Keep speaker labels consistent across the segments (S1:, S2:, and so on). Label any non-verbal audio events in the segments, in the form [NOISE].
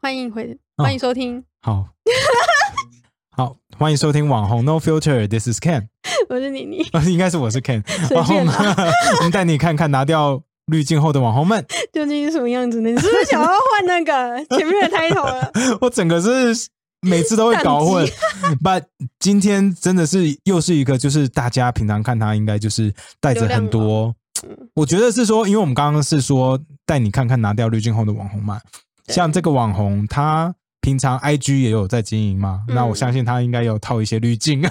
S1: 欢迎回，
S2: 哦
S1: 欢迎收听，
S2: 好， [LAUGHS] 好，欢迎收听网红 No Filter，This is Ken， [LAUGHS]
S1: 我是妮妮，
S2: 应该是我是 Ken，
S1: 随
S2: 然后
S1: 便
S2: 呢
S1: 吧，
S2: [LAUGHS] 我们带你看看拿掉滤镜后的网红们，
S1: 究竟是什么样子呢？你是不是想要换那
S2: [LAUGHS]
S1: 个前面的 title 了？
S2: 我整个是每次都会搞混 [LAUGHS] ，but 今天真的是又是一个，就是大家平常看他应该就是带着很
S1: 流嗯
S2: 多，我觉得是说，因为我们刚刚是说带你看看拿掉滤镜后的网红嘛，
S1: 对
S2: 像这个网红他。平常 I G 也有在经营嘛，
S1: 嗯
S2: 那我相信他应该有套一些
S1: [LAUGHS]
S2: 滤镜。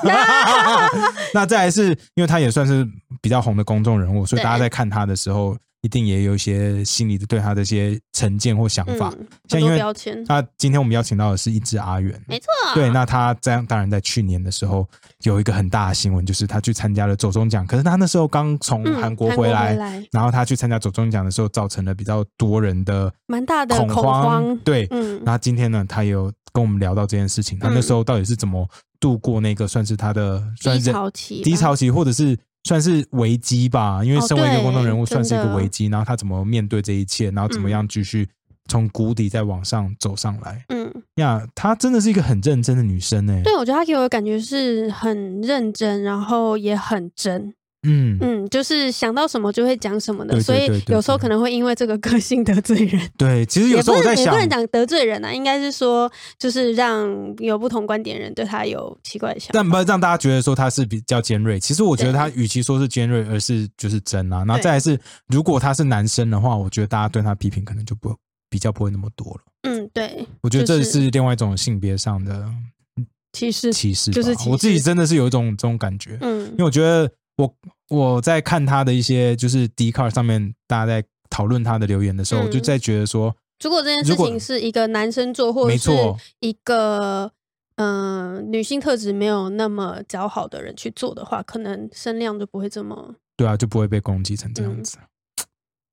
S2: 那再来是因为他也算是比较红的公众人物，所以
S1: 对
S2: 大家在看他的时候，一定也有一些心里的对他的一些成见或想
S1: 嗯，
S2: 法。
S1: 很多
S2: 像因为
S1: 标签，
S2: 那今天我们邀请到的是一只阿元，
S1: 没错，
S2: 对，那他这样当然在去年的时候有一个很大的新闻，就是他去参加了走中奖，可是他那时候刚从
S1: 嗯
S2: 韩国回来，
S1: 韩国回来
S2: 然后他去参加走中奖的时候，造成了比较多人的
S1: 蛮大的
S2: 恐
S1: 恐慌
S2: 对，
S1: 嗯，
S2: 那今天呢，他也有跟我们聊到这件事情，他那时候到底是怎么度过那个算是他的算
S1: 低
S2: 是
S1: 潮期吧，
S2: 低潮期，或者是算是危机吧？因为
S1: 哦
S2: 身为一个
S1: 对
S2: 公众人物，算是一
S1: 真
S2: 个
S1: 的
S2: 危机。然后他怎么面对这一切，然后怎么样继续从谷底再往上走上来
S1: 嗯，
S2: 呀？她真的是一个很认真的女生欸呢。
S1: 对，我觉得他给我的感觉是很认真，然后也很真，
S2: 嗯，
S1: 嗯，就是想到什么就会讲什么的，
S2: 对对
S1: 所以
S2: 对对
S1: 有时候
S2: 对
S1: 可能会因为这个个性得罪人，
S2: 对。其实有
S1: 也
S2: 时
S1: 不
S2: 候我在
S1: 是也
S2: 想
S1: 不，能讲得罪人啊，应该是说就是让有不同观点的人对他有奇怪的想法。
S2: 但不要让大家觉得说她是比较尖锐。其实我觉得她与其说是尖锐，而是就是真啊。然后
S1: 对
S2: 再来是，如果她是男生的话，我觉得大家对她批评可能就不比较不会那么多了。
S1: 嗯，对，
S2: 我觉得
S1: 就
S2: 这
S1: 是
S2: 是另外一种性别上的
S1: 歧视，
S2: 歧视吧，
S1: 就是歧视
S2: 我自己真的是有一种这种感觉。
S1: 嗯
S2: 因为我觉得我我在看他的一些就是 d c a r 上面大家在讨论他的留言的时候，
S1: 嗯
S2: 我就在觉得说，
S1: 如果这件事
S2: 如果
S1: 情是一个男生做，或者
S2: 没
S1: 是
S2: 错
S1: 一个嗯、呃女性特质没有那么较好的人去做的话，可能声量就不会这么
S2: 对啊，就不会被攻击成这样子，啊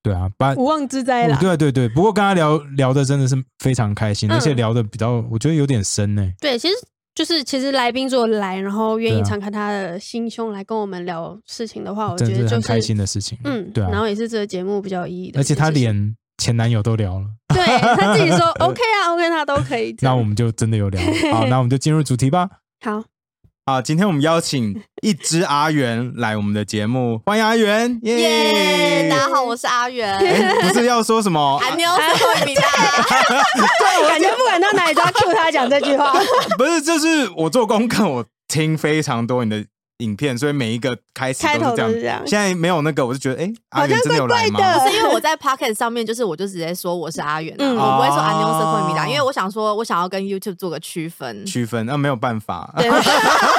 S2: 对啊，把
S1: 无妄之灾嗯啦。
S2: 对对对。不过跟他聊聊的真的是非常开心，
S1: 嗯
S2: 而且聊的比较，我觉得有点深呢、
S1: 对，其实就是其实来宾如果来，然后愿
S2: 对
S1: 意
S2: 啊
S1: 敞开他的心胸来跟我们聊事情的话，哦我觉
S2: 真的
S1: 得
S2: 是
S1: 就
S2: 很
S1: 是
S2: 开心的事情。
S1: 嗯，
S2: 对
S1: 然
S2: 啊，
S1: 后也是这个节目比较有意义的
S2: 而
S1: 一件事
S2: 且
S1: 情。
S2: 他连前男友都聊了，
S1: [LAUGHS] 对他自己
S2: [LAUGHS]
S1: 说 OK 啊，OK 他都可以这
S2: 那
S1: 样。
S2: 我们就真的有聊。
S1: [LAUGHS]
S2: 好，那我们就进入主题吧。
S1: 好，
S2: 好，今天我们邀请一只阿元来我们的节目，欢迎阿元，
S1: [LAUGHS]
S2: 耶啊
S3: 耶！大家好，我是阿元，
S2: 哎，不是要说什么？
S3: 还
S2: [LAUGHS]
S3: 没有 [LAUGHS]
S1: [LAUGHS]
S3: 说你的，
S1: 啊感觉不管到哪里都要 Q 他讲这句
S3: [LAUGHS]
S1: 话。
S2: 不是，就是我做功课，我听非常多你的影片，所以每一个开始
S1: 开
S2: 都
S1: 头
S2: 是
S1: 都
S2: 这样。
S1: 是这样
S2: 现在没有那个，我就觉得，哎、阿
S1: 好像
S2: 元真的有来吗？
S1: 怪怪的
S2: [LAUGHS]
S3: 不是因为我在 Pocket 上面，就是我就直接说我是阿元、啊，
S1: 嗯
S3: 我不会说
S2: 哦
S3: 阿牛是惠米达，因为我想说，我想要跟 YouTube 做个区分。
S1: 嗯
S2: 区分那、啊没有办法。
S1: 对，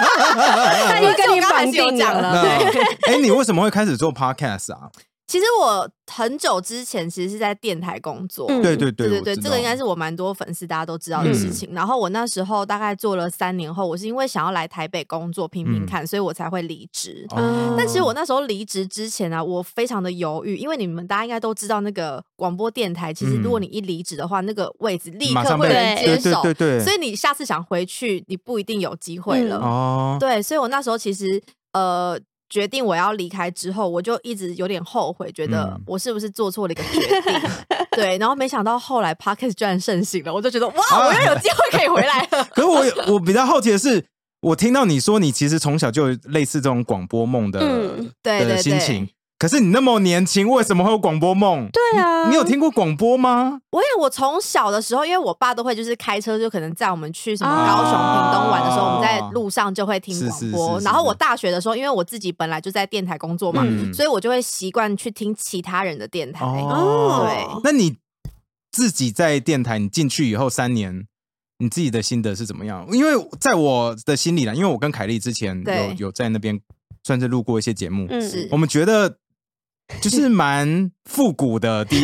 S1: 他就跟你
S3: 我刚才
S1: 绑
S3: 是有
S1: 定
S3: 讲
S2: 那
S3: 了
S1: 了。
S3: [LAUGHS]
S2: 哎、你为什么会开始做 podcast 啊？
S3: 其实我很久之前其实是在电台工作，
S1: 嗯
S2: 对对对
S3: 对
S2: 对
S3: 对对，这个应该是我蛮多粉丝大家都知道的事
S1: 嗯
S3: 情。然后我那时候大概做了三年后，我是因为想要来台北工作拼拼看，所以我才会离职。
S1: 嗯哦
S3: 但其实我那时候离职之前啊，我非常的犹豫，因为你们大家应该都知道，那个广播电台其实
S2: 嗯
S3: 如果你一离职的话，那个位置立
S2: 马
S3: 刻
S2: 上被
S3: 会有人
S1: 对
S3: 接
S2: 对
S3: 手，
S2: 对对对
S3: 所以你下次想回去，你不一定有机会了。
S2: 哦，
S3: 对，所以我那时候其实呃。决定我要离开之后，我就一直有点后悔，觉得
S2: 嗯
S3: 我是不是做错了一个决定？对，然后没想到后来 Podcast 居然盛行了，我就觉得哇，
S2: 啊
S3: 我又有机会可以回来了。 [LAUGHS]
S2: 可是我有我比较好奇的是，我听到你说你其实从小就有类似这种广播梦的、
S1: 嗯
S3: 对对
S2: 的
S3: 对
S2: 心情，可是你那么年轻，为什么会有广播梦？
S1: 对啊，
S2: 你有听过广播吗？
S3: 我也我从小的时候，因为我爸都会就是开车，就可能载我们去什么
S1: 啊
S3: 高雄、屏东玩的时候，
S2: 哦
S3: 我们在路上就会听
S2: 是是
S3: 广
S2: 是
S3: 播。
S2: 是
S3: 然后我大学的时候，因为我自己本来就在电台工作嘛，
S2: 嗯
S3: 所以我就会习惯去听其他人的电台。
S1: 哦
S2: 那你自己在电台，你进去以后三年，你自己的心得是怎么样？因为在我的心里啦，因为我跟凯莉之前
S3: 对
S2: 有有在那边算是录过一些节目，
S1: 嗯
S3: 是
S2: 我们觉得
S3: [LAUGHS]
S2: 就是蛮复古的，第一，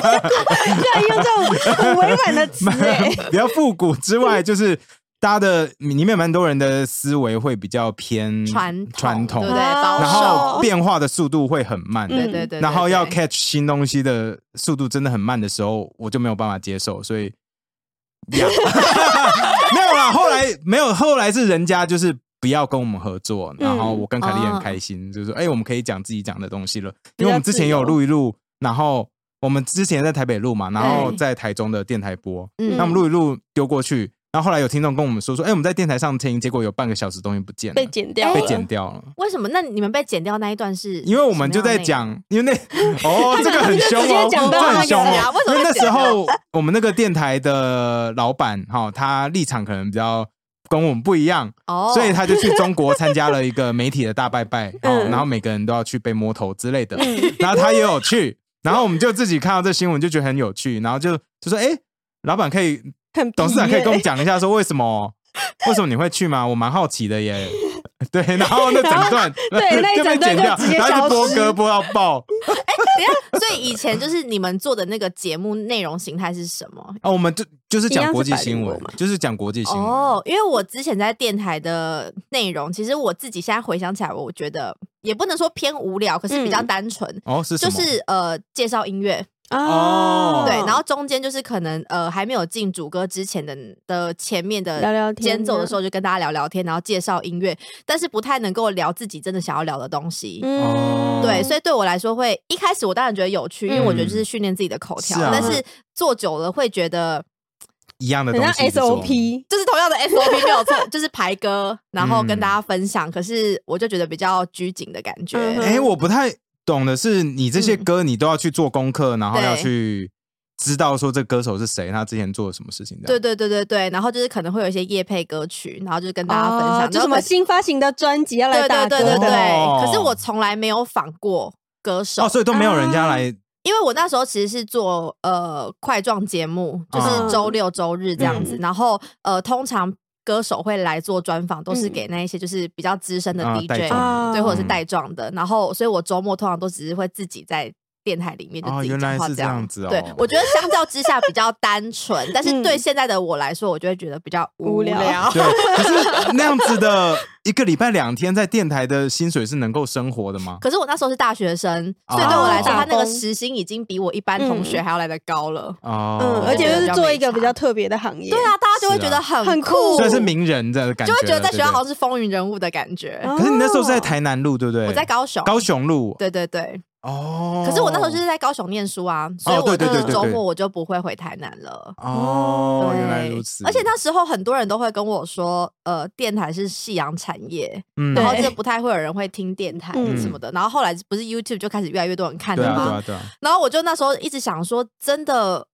S1: 居然用这种很委婉的
S2: [LAUGHS]
S1: 词哎、
S2: 比较复古之外，就是大家的里面蛮多人的思维会比较偏
S3: 传
S2: 嗯传统
S3: 统对不，对？
S1: 哦
S3: 保
S2: 然后
S3: 守，
S2: 变化的速度会很慢，
S1: 嗯
S3: 对对对对，
S2: 然后要
S3: 对
S2: catch 新东西的速度真的很慢的时候，我就没有办法接受，所以呀 [LAUGHS] 没有啦。后来没有，后来是人家就是不要跟我们合作，然
S3: 嗯
S2: 后我跟
S3: 哦
S2: 凯莉也很开心，就是说，哎、我们可以讲自己讲的东西了，因为我们之前也有录一录，然后我们之前在台北录嘛，然后
S3: 对
S2: 在台中的电台播，
S3: 嗯
S2: 那我们录一录丢过去，然后后来有听众跟我们说说，哎、我们在电台上听，结果有半个小时东西不见了，
S1: 被剪掉了，
S2: 被剪掉了。
S3: 为什么？那你们被剪掉那一段是？
S2: 因为我们就在，讲，因为那 [LAUGHS] 哦，这个很凶
S1: 直接
S2: 哦，
S1: 讲到
S2: 这
S1: 那
S2: 很
S1: 个
S2: 凶
S3: 啊
S2: 哦
S3: 为。什么
S2: 因为那
S3: 会讲
S2: 时候我们那个电台的老板哈，他立场可能比较跟我们不一样，
S3: 哦，
S2: 所以他就去中国参加了一个媒体的大拜拜，哦
S1: 嗯
S2: 然后每个人都要去被摸头之类的，
S3: 嗯
S2: 然后他也有去，然后我们就自己看到这新闻就觉得很有趣，然后就就说，哎，老板可以，
S1: 很
S2: 董事长可以跟我们
S1: 讲，
S2: 讲一下，说为
S1: [LAUGHS]
S2: 什么，为什么你会去吗？我蛮好奇的耶。 [LAUGHS] 对，然后那整段
S1: [LAUGHS] 对那一
S2: 就被
S1: 整
S2: [LAUGHS]
S1: 段
S2: 剪掉，
S1: 就直接
S2: 然
S1: 消
S2: 后就播
S1: 失
S2: 歌播到爆。
S3: [LAUGHS] 等一下，所以以前就是你们做的那个节目内容形态是什么？
S2: 啊，我们就就是
S1: 一样
S2: 讲
S1: 是
S2: 国际
S1: 百
S2: 新
S1: 灵
S2: 闻
S1: 果嘛，
S2: 就是讲国际新闻。
S3: 哦，因为我之前在电台的内容，其实我自己现在回想起来，我觉得也不能说偏无聊，可是比较
S1: 嗯
S3: 单纯。
S2: 哦，是什
S3: 就
S2: 么
S3: 是呃，介绍音乐，
S1: 哦，
S3: 对，然后中间就是可能呃还没有进主歌之前的的前面的
S1: 聊聊天
S3: 间奏的时
S1: 候，
S3: 候，就跟大家聊聊天，然后介绍音乐，但是不太能够聊自己真的想要聊的东西。
S1: 嗯
S2: 哦
S3: 对，
S1: 以
S3: 所以对我来说会一开始我当然觉得有趣，因为我觉得就是训练自己的口条，
S2: 嗯是啊
S3: 但是做久了会觉得
S2: 一样的
S1: 很
S2: 东
S1: 像
S2: 西是做。
S1: SOP，
S3: 就是同样
S1: [LAUGHS]
S3: 的 SOP 没有错，就是排歌，然后跟
S2: 嗯
S3: 大家分享，可是我就觉得比较拘谨的感觉。
S1: 嗯哼
S2: 哎，我不太懂的是，你这些
S3: 嗯
S2: 歌你都要去做功课，然后要
S3: 对
S2: 去知道说这歌手是谁，他之前做了什么事情。这
S3: 对
S2: 样，
S3: 对对对对，然后就是可能会有一些夜配歌曲，然后哦就是跟大家分享，然
S1: 哦就
S3: 后
S1: 什么
S3: 可
S1: 新发行的专辑要来
S3: 对
S1: 打
S3: 对对对
S1: 歌的
S2: 哦
S3: 对。可是我从来没有仿过歌手
S2: 哦，，所以都没有人家来。
S3: 因为我那时候其实是做呃块状节目，就是
S2: 嗯
S3: 周六周日这样子，
S1: 嗯
S3: 然后呃通常歌手会来做专访，都是
S1: 嗯
S3: 给那一些就是比较资深的
S2: 啊带
S3: DJ，、
S2: 状
S1: 啊
S3: 对，或者是带状的，然后所以我周末通常都只是会自己在。电台里面就
S2: 哦
S3: 自己
S2: 原
S3: 讲
S2: 来
S3: 话
S2: 是
S3: 这
S2: 这
S3: 样,、
S2: 样子哦嗯
S3: 对我觉得相较之下比较单纯，但是对现在的我来说，我就会觉得比较
S1: 无
S3: 无
S1: 聊
S3: 聊
S2: 对，可是那样子的一个礼拜两天在电台的薪水是能够生活的吗？
S3: 可是我那时候是大学生，所以
S2: 哦
S3: 对我来说，他那
S1: 打
S3: 个
S1: 工
S3: 时薪已经比我一般同学还要来的高了。
S2: 哦，
S1: 嗯，而且就
S3: 对比
S1: 是
S3: 较
S1: 做
S3: 没
S1: 一个比较
S3: 差
S1: 特别的行业，
S3: 对，啊，大家就会
S2: 是
S3: 觉得
S2: 啊
S3: 很
S1: 很酷
S2: 虽然是名人的感觉了，
S3: 就会觉得在学校好
S2: 对
S3: 像是风云人物的感觉。
S1: 哦
S2: 不对。可是你那时候是在台南路，对不对？
S3: 我在高雄，
S2: 高，雄路，
S3: 对对对。
S2: 哦。
S3: 可是我那时候就是在高雄念书啊，所以
S2: 哦
S3: 我
S2: 对对
S3: 就是
S1: 对对
S3: 周
S2: 对
S3: 末我就不会回台南了。
S2: 哦，
S3: 对
S2: 原来如此。
S3: 而且那时候很多人都会跟我说，呃，电台是夕阳产业，
S2: 嗯，
S3: 然后
S1: 对
S3: 这不太会有人会听电台
S1: 嗯
S3: 什么的。然后后来不是 YouTube 就开始越来越多人看
S2: 对
S3: 了
S2: 啊，
S3: 吗？
S2: 对啊，对啊。
S3: 然后我就那时候一直想说，真的。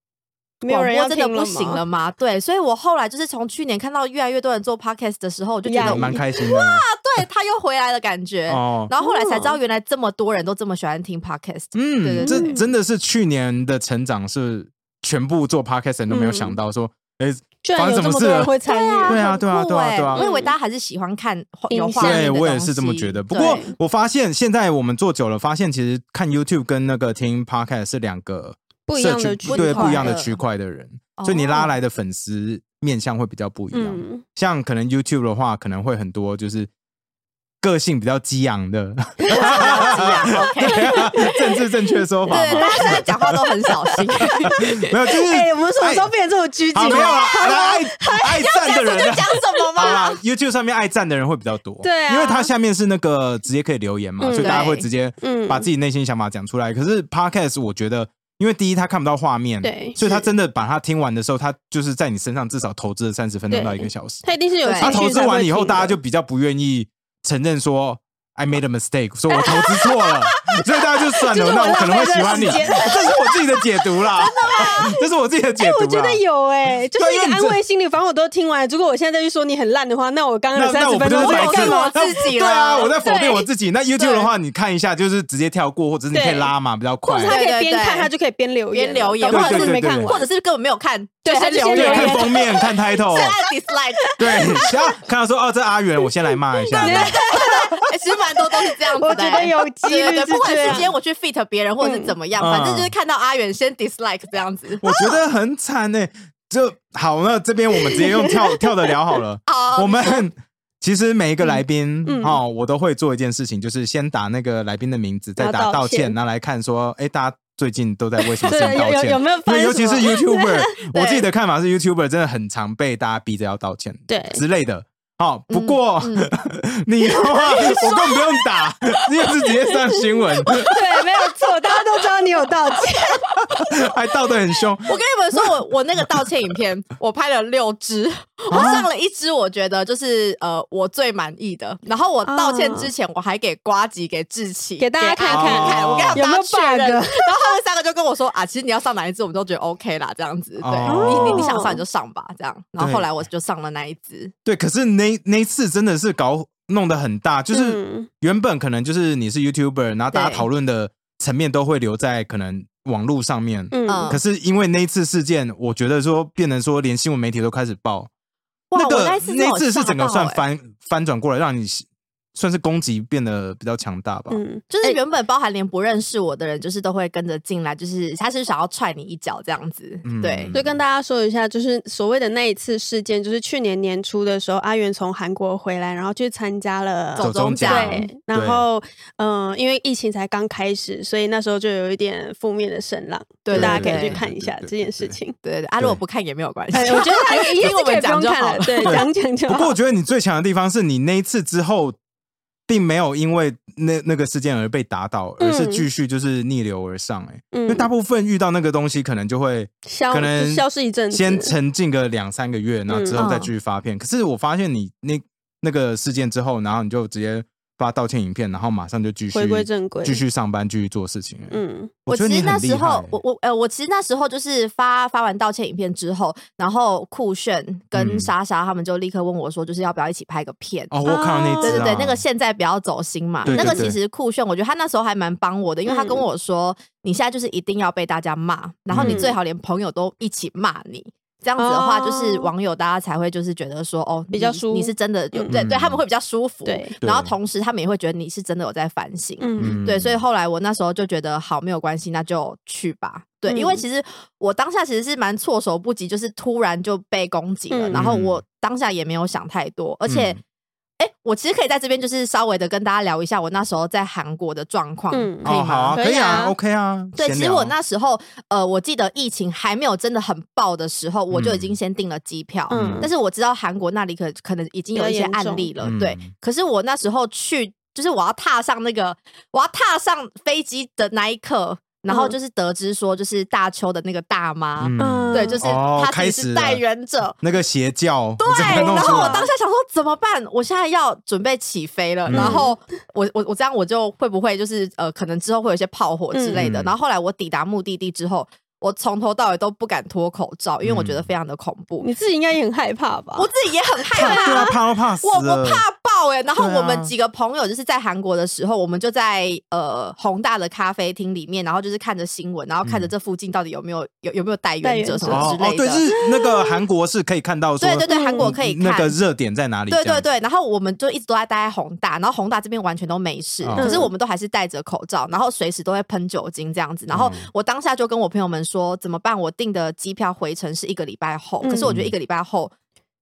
S1: 没有人要
S3: 广播真
S1: 听
S3: 的
S1: 了
S3: 不行
S1: 吗
S3: 了吗？对，所以我后来就是从去年看到越来越多人做 podcast 的时候，我就觉
S1: 压
S3: 得
S1: 抑
S2: 蛮开心的啊
S3: 对他又回来的感觉。
S2: 哦，
S3: 然后后来才知道，原来这么多人都这么喜欢听 podcast。对对
S2: 嗯，这
S1: 对
S2: 真的是去年的成长是全部做 podcast 人都没有
S3: 嗯
S2: 想到说，哎，
S1: 居然
S2: 发
S1: 有这
S2: 生什么
S1: 么
S2: 事
S1: 多人
S2: 了
S1: 会参与，
S2: 对啊
S3: 很
S2: 对啊
S3: 酷
S2: 对啊
S3: 欸
S2: 对啊
S3: 我以
S1: 嗯
S3: 为大家还是喜欢看画有
S1: 影
S3: 画
S1: 像
S3: 面
S1: 类
S2: 对
S3: 的
S2: 我也
S3: 东
S2: 是这么
S3: 西
S2: 觉得。不
S3: 对
S2: 过我发现现在我们做久了，发现其实看 YouTube 跟那个听 podcast 是两个
S1: 不一
S2: 社
S1: 样的
S2: 区
S1: 区
S2: 对
S1: 块
S2: 不一样的
S3: 了
S2: 区块的人，所以你
S3: 哦
S2: 拉来的粉丝面向会比较不一样。
S1: 嗯，
S2: 像可能 YouTube 的话，可能会很多就是个性比较激昂
S1: [LAUGHS]
S2: 的， [LAUGHS] 对啊政治正确的说法
S3: 对，
S2: 嘛，
S3: 大家现在讲话都很小
S1: [LAUGHS]
S3: 心。
S2: 没有就是
S1: 哎，我们什么时候
S2: 哎
S1: 变得这么拘谨
S2: 啊没有
S1: 了？
S2: 啦，爱爱赞的人啊。
S3: 什么
S2: 好啦？，YouTube 上面爱赞的人会比较多，
S1: 对啊
S2: 因为它下面是那个直接可以留言嘛，
S1: 嗯
S2: 所以大家
S3: 对
S2: 会直接
S1: 嗯
S2: 把自己内心想法讲出来。可是 Podcast 我觉得，因为第一他看不到画面，
S1: 对
S2: 所以他
S1: 是
S2: 真的把它听完的时候，他就是在你身上至少投资了三十分钟
S1: 对
S2: 到一个小时，
S1: 他一定是有
S3: 对
S1: 兴
S2: 他
S1: 趣
S2: 投资
S1: 才
S2: 完
S1: 会
S2: 以后，
S1: 听
S2: 大家
S1: 的
S2: 就比较不愿意承认说 I made a mistake，说
S1: [LAUGHS]
S2: 我投资错了，所以大家就算
S1: 就
S2: 了，
S1: 是
S2: 那
S1: 我
S2: 我可能会
S1: 浪费
S2: 喜欢你，
S1: 了
S2: 这
S1: 时间
S2: 是我自己的解读啦，这是我自己的解
S1: 我
S2: 读
S1: 觉
S2: 啦
S1: 得。有哎、就是
S2: 对
S1: 一
S2: 啊因
S1: 个
S2: 为你
S1: 安
S2: 这
S1: 慰心理。反正我都听完了，如果我现在再去说你很烂的话，那我刚刚
S2: 那
S1: 的三
S2: 那
S1: 十
S2: 我不
S1: 分
S2: 就
S1: 钟
S2: 是
S1: 我
S2: 白
S1: 有
S2: 痴
S1: 干
S2: 吗
S1: 嘛？
S3: 自己
S2: 对啊，
S3: 了
S2: 我在否定我自己。那 YouTube
S1: 对
S2: 的话，你看一下，就是直接跳过，或者是你可以
S1: 对
S2: 拉嘛，比较
S1: 或
S2: 快
S1: 者。他可
S3: 对
S1: 以
S3: 对
S1: 边看，
S3: 对
S1: 他就可以边留言
S3: 边
S1: 了，
S3: [LAUGHS] 留言
S1: 搞不好
S2: 对
S1: 是
S2: 对
S1: 没
S2: 对
S1: 看
S2: 对
S1: 完，
S3: 或者是根本没有看，
S1: 对
S3: 就
S1: 他
S3: 先
S1: 就先
S3: 留
S2: 对，
S1: 留
S2: 看
S1: 言
S3: 言，
S2: 封面，哦看
S3: [LAUGHS]
S1: [LAUGHS]
S2: title，
S3: 再按 dislike。
S2: 对，然后看到说哦，这阿元，我先来骂一下。
S3: 欸其实蛮多都是这样子的欸。
S1: 我觉得有几率
S3: 对对对，
S1: 是
S3: 不管
S1: 这
S3: 是
S1: 样
S3: 今。天我去 fit 别人，或者是怎么样，
S2: 嗯
S3: 反正就是看到阿远先 dislike 这样子。
S2: 我觉得很惨呢。就好，那这边我们直接用跳跳的聊好了。
S3: 好
S2: 我，们其实每一个来宾
S1: 嗯嗯
S2: 哦，我都会做一件事情，就是先打那个来宾的名字，再
S1: 然
S2: 打
S1: 后道
S2: 道歉，
S1: 歉
S2: 然后来看说，哎，大家最近都在为什么事
S1: 对，
S2: 情道
S1: 有有有
S2: 歉？
S1: 没有
S2: 因
S1: 发
S2: 为
S1: 生
S2: 尤其
S1: 什
S2: 是
S1: 么
S2: YouTuber，
S3: 对
S2: 我自己的看法是 YouTuber 真的很常被大家逼着要道歉，
S1: 对 [LAUGHS]
S2: 之类的。好、不过、
S3: 嗯
S2: 你的话，我更不用打，因为是直接上新闻，
S1: 对，没有错，大家都知道你有道歉。
S2: [LAUGHS] 还道得很凶。
S3: 我跟你们说，我我那个道歉影片，我拍了六
S1: 啊
S3: 支，我上了一支，我觉得就是呃我最满意的。然后我道歉之前，我还给瓜吉、给志奇、
S1: 哦给大家看哦
S3: 阿
S2: 看
S3: 看看，我跟
S1: 有没
S3: 他们
S1: 有
S3: 大家确认。然
S1: bug
S3: 后他们三个就跟我说啊，其实你要上哪一支，我们都觉得 OK 啦，这样子。
S2: 哦
S3: 对，你你你想上你就上吧，这样。然后后来我就上了那一支，
S2: 对，可是那那次真的是搞弄得很大，就是
S1: 嗯
S2: 原本可能就是你是 YouTuber，然后大家
S3: 对
S2: 讨论的层面都会留在可能网络上面。
S1: 嗯
S3: 嗯
S2: 可是因为那一次事件，我觉得说变成说连新闻媒体都开始报，
S3: 哇，
S2: 那
S3: 我
S2: 个
S3: 那一次真的
S2: 那
S3: 有
S2: 次是
S3: 吓
S2: 整个
S3: 到
S2: 算
S3: 欸
S2: 翻翻转过来，让你算是攻击变得比较强大吧。
S1: 嗯，
S3: 就是原本包含连不认识我的人，就是都会跟着进来，就是他是想要踹你一脚这样子。
S2: 嗯
S3: 对，
S1: 就跟大家说一下，就是所谓的那一次事件，就是去年年初的时候，阿元从韩国回来，然后去参加了
S3: 走中奖
S1: 对，然后嗯、呃因为疫情才刚开始，所以那时候就有一点负面的声浪，
S3: 对
S1: 就大家
S3: 对
S1: 可以
S3: 对
S1: 去看一下
S2: 对对
S1: 这件事情。
S3: 对对对，啊，
S2: 对
S3: 如果不看也没有关系。
S1: 哎， [LAUGHS] 我觉得还一定
S3: 听我
S1: 是可以
S3: 们
S1: 不
S3: 讲
S1: 用
S3: 就
S1: 看
S3: 好
S1: 了，对，
S2: 对
S1: 讲讲就
S2: 不
S1: 好。
S2: 过
S3: 啊
S2: 我觉得你最强的地方是你那一次之后，并没有因为那那个事件而被打倒，
S1: 嗯
S2: 而是继续就是逆流而上、欸。
S1: 嗯
S2: 因为大部分遇到那个东西，可能就会
S1: 消
S2: 可能
S1: 消失一阵子，
S2: 先沉浸个两三个月，
S3: 嗯
S2: 然后之后再继续发
S3: 哦
S2: 片。可是我发现你那那个事件之后，然后你就直接发道歉影片，然后马上就继续
S1: 回归正轨
S2: 继续上班，继续做事情、欸。
S1: 嗯，
S3: 我
S2: 觉得
S3: 其
S2: 你
S3: 实那
S2: 很厉
S3: 时
S2: 害、
S3: 候
S2: 欸，
S3: 我我呃，我其实那时候就是发发完道歉影片之后，然后酷炫
S2: 嗯
S3: 跟莎莎他们就立刻问我说，就是要不要一起拍个片？
S2: 哦，我有看到那一
S3: 对
S2: 只、
S3: 对
S2: 啊
S3: 对，那个现在不要走心嘛。
S2: 对对
S3: 那个
S2: 对嗯
S3: 其实酷炫，我觉得他那时候还蛮帮我的，因为他跟我说，你现在就是一定要被大家骂，然后你
S1: 嗯
S3: 最好连朋友都一起骂你。这样子的话，
S1: 哦
S3: 就是网友大家才会就是觉得说，哦，
S1: 比较
S3: 你
S1: 舒
S3: 你是真的有
S1: 嗯
S3: 对对，
S2: 嗯
S3: 他们会比较舒服。
S1: 对，
S3: 然后
S2: 对
S3: 同时他们也会觉得你是真的有在反省。
S1: 嗯
S2: 嗯
S3: 对，所以后来我那时候就觉得好，没有关系，那就去吧。对，因为
S1: 嗯
S3: 其实我当下其实是蛮措手不及，就是突然就被攻击了，
S1: 嗯
S3: 然后我当下也没有想太多，而且
S2: 嗯，
S3: 哎、我其实可以在这边就是稍微的跟大家聊一下我那时候在韩国的状况，
S1: 嗯
S3: 可以
S2: 哦，好
S3: 吗？
S2: 啊，
S1: 可以
S2: 可以啊
S1: 啊
S2: ，OK 啊。
S3: 对，
S2: 闲
S3: 其实我
S2: 聊
S3: 那时候，呃，我记得疫情还没有真的很爆的时候，我就已经
S2: 嗯
S3: 先订了机票，
S1: 嗯
S3: 但是我知道韩国那里可可能已经有一些
S1: 比较严重
S3: 案例了，
S2: 嗯
S3: 对。可是我那时候去，就是我要踏上那个，我要踏上飞机的那一刻，然后
S1: 嗯
S3: 就是得知说，就是大邱的那个大妈，
S1: 嗯
S3: 啊对，就是
S2: 哦
S3: 她
S2: 开
S3: 其
S2: 始
S3: 实是代
S2: 了
S3: 言者。
S2: 那个邪教，对
S3: 对，
S2: 弄
S3: 然
S2: 出
S3: 后我
S2: 来
S3: 当下想说怎么办？我现在要准备起飞了，
S2: 嗯
S3: 然后我我我这样我就会不会就是呃，可能之后会有一些炮火之类的。
S2: 嗯
S3: 然后后来我抵达目的地之后，我从头到尾都不敢脱口罩，因为我觉得非常的恐怖，
S2: 嗯
S1: 你自己应该也很害怕吧？
S3: 我自己也很害
S2: 怕，
S3: 怕
S2: 对 [LAUGHS] 啊，怕都怕死
S3: 我
S2: 了
S3: 我怕爆哎、然后
S2: 对啊
S3: 我们几个朋友就是在韩国的时候，我们就在呃宏大的咖啡厅里面，然后就是看着新闻，然后看着这附近到底有没有、有有没有代
S1: 代言
S3: 言者什么
S2: 哦
S3: 之
S2: 嗯哦
S3: 类，的。
S2: 对，是那个韩国是可以看到说，
S3: 对对对，韩国可以
S2: 那
S3: 看。
S2: 个热点在哪里？
S3: 对
S2: 这
S3: 对
S2: 样子，
S3: 对，然后我们就一直都在待在宏大，然后宏大这边完全都没事，
S2: 嗯
S3: 可是我们都还是戴着口罩，然后随时都会喷酒精这样子。然后
S2: 嗯
S3: 我当下就跟我朋友们说，怎么办？我订的机票回程是一个礼拜后，
S2: 嗯
S3: 可是我觉得一个礼拜后，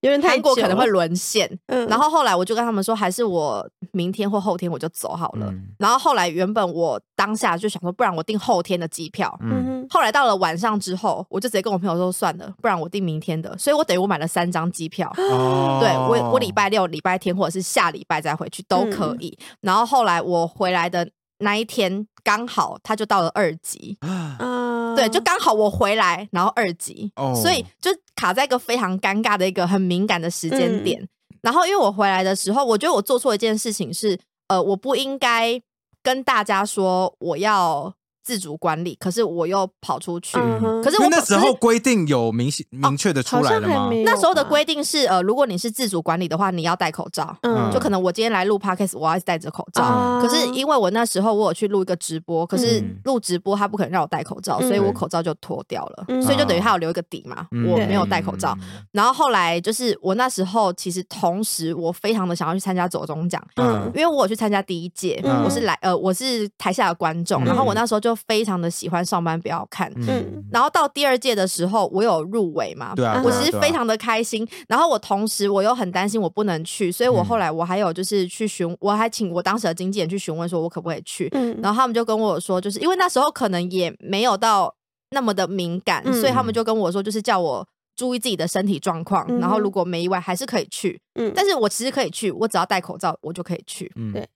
S1: 有点太
S3: 韩国
S1: 久
S3: 可能会
S1: 了，
S3: 沦陷，
S1: 嗯
S3: 然后后来我就跟他们说，还是我明天或后天我就走好了。
S2: 嗯
S3: 然后后来原本我当下就想说，不然我订后天的机票。
S2: 嗯，
S1: 嗯
S3: 后来到了晚上之后，我就直接跟我朋友说算了，不然我订明天的。所以我等于我买了三张机票，
S2: 哦
S3: 嗯对我我礼拜六、礼拜天或者是下礼拜再回去都
S1: 嗯
S3: 可以。然后后来我回来的那一天刚好他就到了二级，
S1: 哼啊
S3: 对，就刚好我回来，然后二级，
S2: 哦
S3: 所以就卡在一个非常尴尬的一个很敏感的时间
S1: 嗯
S3: 点。然后因为我回来的时候，我觉得我做错一件事情是，呃，我不应该跟大家说我要自主管理，可是我又跑出去。
S1: 嗯哼
S3: 可是哦
S2: 因为
S3: 我
S2: 那
S3: 跑
S2: 时候规定有明显明确的出
S1: 好
S2: 来
S1: 像
S2: 了
S1: 还
S2: 吗？
S1: 没有吧。
S3: 那时候的规定是，呃，如果你是自主管理的话，你要戴口罩。
S1: 嗯，
S3: 就可能我今天来录 podcast，我要一直戴着口罩。
S1: 啊
S3: 可是因为我那时候我有去录一个直播，可是
S2: 嗯
S3: 录直播他不可能让我戴口罩，所以
S1: 嗯
S3: 我口罩就脱掉了，
S1: 嗯
S3: 所以就等于他有留一个底嘛，
S2: 嗯
S3: 我没有戴口罩。，然后后来就是我那时候其实同时我非常的想要去参加左中奖，
S2: 嗯
S3: 因为我有去参加第一届，
S1: 嗯
S3: 我是来呃我是台下的观众，
S2: 嗯
S3: 然后我那时候就非常的喜欢上班不要看。
S2: 嗯，
S3: 然后到第二届的时候，我有入围嘛？
S2: 对啊，
S1: 嗯
S3: 我
S2: 对啊
S3: 其实非，常的开心，然后我同时我又很担心我不能去，所以我
S2: 嗯
S3: 后来我还有就是去询，我还请我当时的经纪人去询问说我可不可以去，
S1: 嗯，
S3: 然后他们就跟我说，就是因为那时候可能也没有到那么的敏感，
S1: 嗯
S3: 所以他们就跟我说，就是叫我注意自己的身体状况，
S1: 嗯
S3: 然后
S1: 哼
S3: 如果没意外还是可以去。
S1: 嗯，
S3: 但是我其实可以去，我只要戴口罩我就可以去。
S2: 嗯
S1: 对，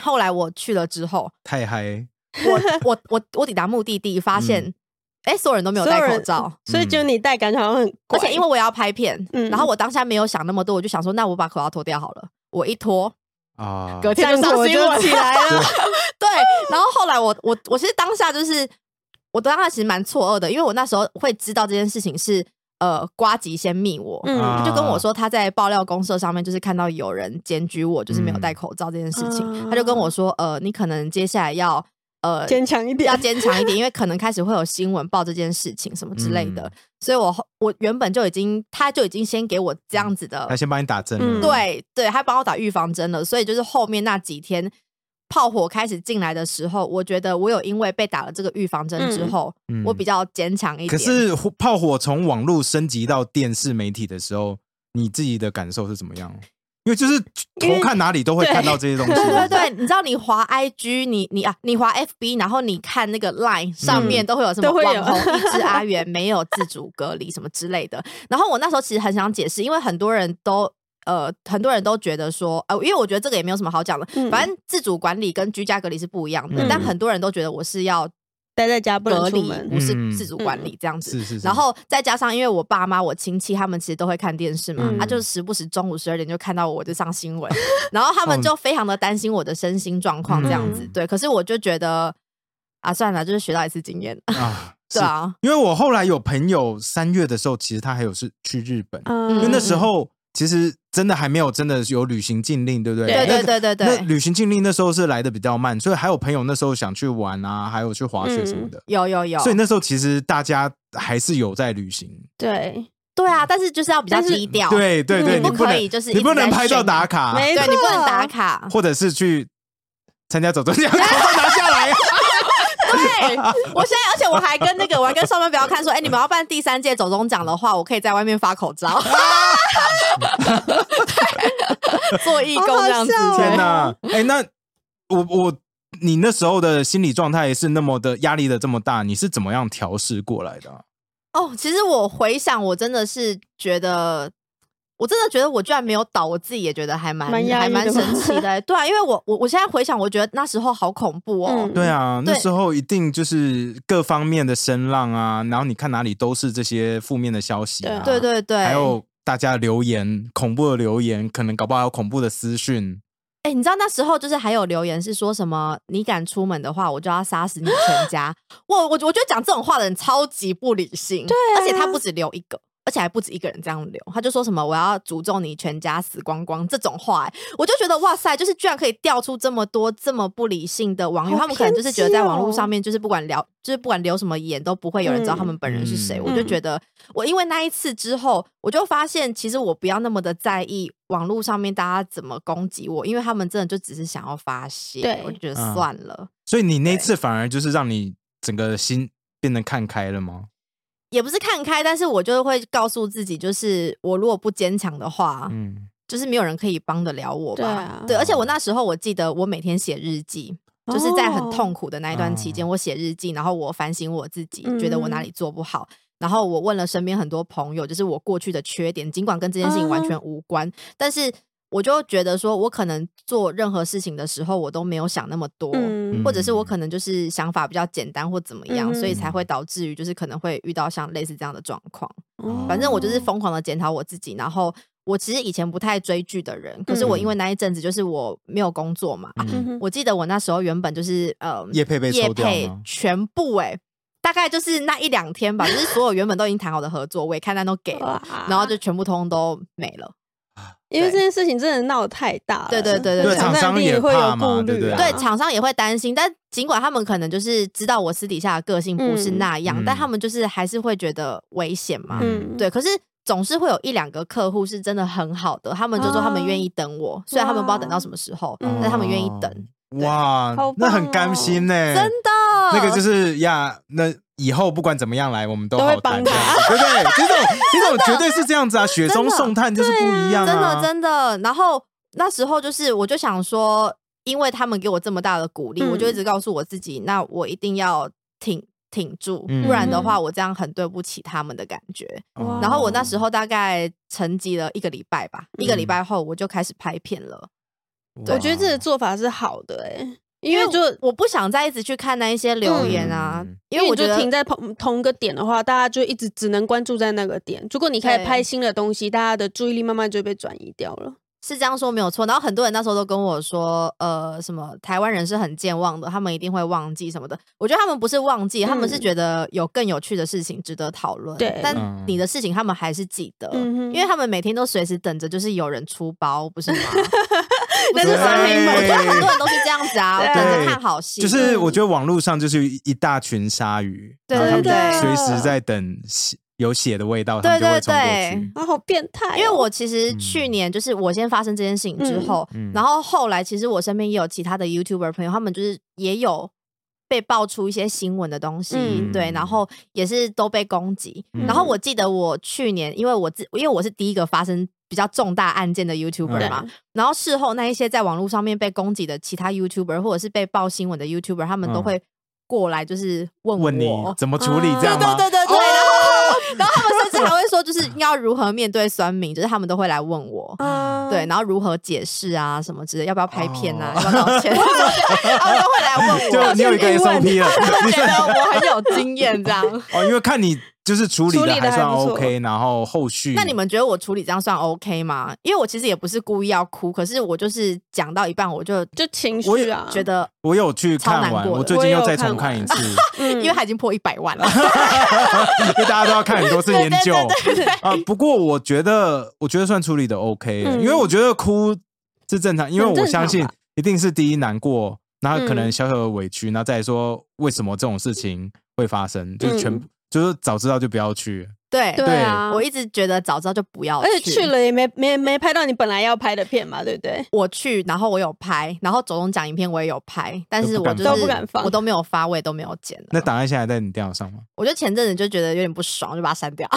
S3: 后来我去了之后，
S2: 太嗨，
S1: [LAUGHS]
S3: 我我我我抵达目的地，
S2: 嗯
S3: 发现哎、诶所有人都没有
S1: 所
S3: 戴
S1: 有
S3: 口
S1: 人
S3: 罩，
S1: 所以就你戴感觉好像很怪，
S3: 而且因为我也要拍片，
S1: 嗯
S3: 然后我当下没有想那么多，我就想说，那我把口罩脱掉好了。我一
S1: [LAUGHS]
S3: 脱，
S2: 啊，
S3: 隔天
S1: 战
S3: 就上
S1: 火
S3: 新
S1: 就
S3: 闻
S1: 起来 [LAUGHS] 了，
S3: 对，然后后来我我我其实当下就是，我当下其实蛮错愕的，因为我那时候会知道这件事情是呃瓜吉先密我，
S1: 嗯
S3: 他就跟我说他在爆料公社上面就是看到有人检举我就是没有戴口罩这件事情，
S1: 嗯
S3: 他就跟我说呃你可能接下来要呃
S1: 坚强一点
S3: 要，坚强一点，因为可能开始会有新闻报这件事情什么之类的，
S2: 嗯
S3: 所以我后我原本就已经，他就已经先给我这样子的
S2: 他，先帮你打针了，
S1: 嗯
S3: 对对，他帮我打预防针了，所以就是后面那几天炮火开始进来的时候，我觉得我有因为被打了这个预防针之后，
S2: 嗯
S3: 我比较坚强一点。
S2: 可是火炮火从网络升级到电视媒体的时候，你自己的感受是怎么样？因为就是
S1: 因为
S2: 头看哪里都会看到这些东西，
S3: 对对对，你知道你滑 IG，你你啊，你滑 FB，然后你看那个
S2: 嗯
S3: Line 上面都会有什么
S1: 都会有
S3: 网红一只阿元没有自主隔离什么之类的。然后我那时候其实很想解释，因为很多人都。呃，很多人都觉得说，呃，因为我觉得这个也没有什么好讲的，
S1: 嗯
S3: 反正自主管理跟居家隔离是不一样的。
S2: 嗯
S3: 但很多人都觉得我是要
S1: 待在家不
S3: 隔
S1: 能出
S3: 离，
S1: 门
S3: 不，是
S2: 嗯
S3: 自主管理这样子。
S2: 是是是。
S3: 然后再加上，因为我爸妈、我亲戚他们其实都会看电视嘛，他、
S1: 嗯
S3: 就是时不时中午十二点就看到我就上新闻， [LAUGHS] 然后他们就非常的担心我的身心状况这样子。
S2: 哦嗯
S3: 对，可是我就觉得啊，算了，就是学到一次经验，
S2: 啊，是
S3: 对啊，
S2: 因为我后来有朋友三月的时候，其实他还有是去日本，
S1: 嗯
S2: 因为那时
S3: 嗯
S2: 候其实真的还没有真的有旅行禁令，对不对？
S3: 对
S2: 那
S3: 对
S2: 个
S3: 对对
S2: 那
S3: 对，
S2: 旅行禁令那时候是来的比较慢，所以还有朋友那时候想去玩啊，还有去滑雪什么的，
S3: 有有有，
S2: 所以那时候其实大家还是有在旅行。
S1: 对，
S3: 对啊，但是就是要比较
S1: 但是
S3: 低调，
S2: 对对对，
S1: 嗯
S2: 你能
S3: 不可以就是一
S2: 你
S3: 直
S2: 不能
S3: 在
S2: 拍照
S3: 炫
S2: 打
S3: 耀
S2: 卡，
S1: 没
S3: 对你不能
S1: 错
S3: 打卡，
S2: 或者是去参加走中奖，口罩拿下来。啊
S3: [LAUGHS] 对，我现在，而且我还跟那个，我还跟上班不要看说，哎、你们要办第三届走中奖的话，我可以在外面发口
S1: 啊
S3: 罩，对 [LAUGHS] 做义工这样子。
S1: 好好笑哦
S2: 天哪！哎、那我我你那时候的心理状态是那么的压力的这么大，你是怎么样调试过来的啊、
S3: 哦，其实我回想，我真的是觉得，我真的觉得我居然没有倒，我自己也觉得还蛮
S1: 蛮压
S3: 还
S1: 抑的
S3: 蛮
S1: 吗
S3: 神奇的。对啊，因为我我我现在回想，我觉得那时候好恐怖哦。
S1: 嗯
S2: 对啊，那
S3: 对
S2: 时候一定就是各方面的声浪啊，然后你看哪里都是这些负面的消息、啊，
S3: 对对对，
S2: 还有大家的留言，恐怖的留言，可能搞不好还有恐怖的私讯，
S3: 哎、你知道那时候就是还有留言是说什么？你敢出门的话，我就要杀死你
S1: [LAUGHS]
S3: 全家。我我我觉得讲这种话的人超级不理性，对、
S1: 啊
S3: 而且他不止留一个，而且还不止一个人这样留，他就说什么我要诅咒你全家死光光这种话、欸，我就觉得哇塞，就是居然可以调出这么多这么不理性的网友，
S1: 好
S3: 他们可能就是觉得在网络
S1: 偏激哦
S3: 上面就是不管聊，就是不管留什么言都不会有人知道他们本人是谁。
S2: 嗯
S3: 我就
S1: 嗯
S3: 觉得我因为那一次之后，我就发现其实我不要那么的在意网络上面大家怎么攻击我，因为他们真的就只是想要发泄，
S1: 对
S3: 我就觉得
S2: 嗯
S3: 算了，
S2: 所以你那次反而就是让你整个心变得看开了吗？
S3: 也不是看开，但是我就会告诉自己，就是我如果不坚强的话，
S2: 嗯，哦
S3: 就是没有人可以帮得了我吧。
S1: 对啊
S3: 对，而且我那时候我记得我每天写日记。就是在
S1: 哦
S3: 很痛苦的那一段
S1: 嗯
S3: 期间，我写日记，然后我反省我自己，觉得我哪里做不好，然后我问了身边很多朋友，就是我过去的缺点，尽管跟这件事情完
S1: 嗯
S3: 全无关，但是我就觉得说，我可能做任何事情的时候，我都没有想那么多，
S1: 嗯
S3: 或者是我可能就是想法比较简单或怎么样，
S1: 嗯
S3: 所以才会导致于就是可能会遇到像类似这样的状况。
S1: 哦
S3: 反正我就是疯狂的检讨我自己，然后我其实以前不太追剧的人，可是我因为那一阵子就是我没有工作嘛，
S1: 嗯
S2: 嗯
S1: 哼
S3: 我记得我那时候原本就是呃，
S2: 叶佩被
S3: 业
S2: 抽掉
S3: 配
S2: 吗？
S3: 全部哎、大概就是那一两天吧，就是所有原本都已经谈好的合作，我也看单都给了，
S1: 嗯哇
S3: 然后就全部通通都没了。
S1: 因为
S3: 对
S1: 这件事情真的闹得太大了，
S3: 对对对对对
S1: 厂商一定会有顾虑啊，
S2: 对
S3: 对，厂商也会担心，但尽管他们可能就是知道我私底下的个性不是
S1: 嗯
S3: 那样，但
S2: 嗯
S3: 他们就是还是会觉得危险嘛。
S1: 嗯，
S3: 对，可是总是会有一两个客户是真的很好的，他们就说他们愿意等我，虽然他们不知道等到什么时候，
S1: 哦嗯
S3: 但他们愿意等。
S2: 哦哇
S1: 好棒，
S2: 那很甘心呢，
S3: 哦真的，
S2: 那个就是呀，那以后不管怎么样来，我们都
S1: 都会
S2: 好谈，
S1: 帮
S2: 这样子对不对？这
S3: [LAUGHS]
S2: 种这种绝对是这样子啊，雪中送炭就是不一样
S3: 真的
S2: 啊，
S3: 真的。然后那时候就是，我就想说，因为他们给我这么大的鼓励，
S1: 嗯
S3: 我就一直告诉我自己，那我一定要挺。挺住，
S2: 嗯
S3: 不然的话我这样很对不起他们的感觉。
S1: 哇
S3: 然后我那
S1: 哦
S3: 时候大概沉寂了一个礼拜吧，一个礼
S2: 嗯
S3: 拜后我就开始拍片了，
S1: 我觉得这个做法是好的哎、因
S3: 因
S1: 为
S3: 为
S1: 就
S3: 就我不想再一直去看那一些留言啊，
S2: 嗯
S3: 因为我
S1: 你
S3: 觉
S1: 就
S3: 得
S1: 停在同同个点的话，大家就一直只能关注在那个点。如果你开始
S3: 对
S1: 拍新的东西，大家的注意力慢慢就被转移掉了。
S3: 是这样说没有错。然后很多人那时候都跟我说，呃，什么台湾人是很健忘的，他们一定会忘记什么的。我觉得他们不是忘记，他们是
S1: 嗯
S3: 觉得有更有趣的事情值得讨论。
S1: 对
S3: 但
S2: 嗯
S3: 你的事情他们还是记得，
S1: 嗯哼
S3: 因为他们每天都随时等着，就是有人出包，不是吗？
S1: [LAUGHS] 那
S3: 不
S1: 是
S3: 吗
S1: 酸民
S2: 神明
S1: 猛
S3: 我觉
S2: 对
S3: 得很多人都是这样子啊，
S1: 对
S3: 等着看好戏。
S2: 就是我觉得网络上就是一一大群鲨鱼，
S3: 对
S2: 然后
S3: 对
S2: 他
S1: 对
S2: 们随时在等血有血的味道，他
S3: 对
S2: 们就会
S3: 对
S2: 冲过
S3: 对
S2: 去。。
S1: 啊，好变态哦、
S3: 因为我其实
S2: 嗯
S3: 去年就是我先发生这件事情之
S1: 嗯
S3: 后，
S2: 嗯
S3: 然后后来其实我身边也有其他的 YouTuber 朋友，他们就是也有被爆出一些新闻的东西，
S1: 嗯
S3: 对，然后也是都被攻击。然后
S1: 嗯
S3: 我记得我去年，因为我自因为我是第一个发生比较重大案件的
S2: 嗯
S3: YouTuber
S1: 对
S3: 嘛，然后事后那一些在网络上面被攻击的其他 YouTuber 或者是被爆新闻的 YouTuber，他们都
S2: 嗯
S3: 会过来就是问
S2: 问你
S3: 我
S2: 怎么处理
S1: 啊
S2: 这样
S3: 嗯对
S2: 吗？
S3: 对对对，然后然后他们甚至还会说，就是要如何面对酸民，就是他们都会来问我。
S1: 啊
S3: 对，，然后如何解释啊，什么之类，要不要拍片啊，要不要道歉，他们都会来问
S2: 就
S3: 我，
S2: 你有一个
S1: 疑问
S2: SOP 了，
S3: 就觉得我很有经验这样。
S2: [LAUGHS] 哦，因为看你就是处理
S1: 处
S2: 的
S1: 理得
S2: 算
S1: 还不错
S2: OK，然后后续
S3: 那你们觉得我处理这样算 OK 吗？因为我其实也不是故意要哭，可是我就是讲到一半我就
S1: 就情
S2: 我也
S1: 绪啊，
S3: 觉得，
S2: 我有去
S3: 超
S2: 看
S3: 难
S2: 完，
S3: 过
S2: 我
S3: 的
S2: 最
S1: 我
S2: 近
S1: 也
S2: 又
S1: 有
S2: 再
S1: 看
S2: 重看一
S1: 完
S2: 次，
S1: 嗯
S3: 因为他已经破一百万了，
S2: 因为大家都要看很多次研究
S1: [LAUGHS]
S3: 对对对
S2: 啊。不过我觉得，我觉得算处理的 OK，了
S1: 嗯
S2: 因为我觉得哭是正常，因为
S1: 很正
S2: 我
S1: 常
S2: 相信
S1: 吧
S2: 一定是第一难过，然后可能
S1: 嗯
S2: 小小的委屈，然后再来说为什么这种事情会发生，就是全
S1: 嗯
S2: 就是早知道就不要去，
S3: 对
S1: 对
S2: 对
S1: 啊，
S3: 我一直觉得早知道就不要，
S1: 而且去了也没没没拍到你本来要拍的片嘛，对不对？
S3: 我去，然后我有拍，然后走动讲影片我也有拍，但
S2: 都
S3: 是
S2: 不
S3: 我
S2: 敢
S3: 就是
S2: 放都不
S1: 敢放
S3: 我都没有发，我也都没有剪了。
S2: 那档案现在在你电脑上吗？
S3: 我就前阵子就觉得有点不爽，就把它
S1: [LAUGHS]
S3: 删掉。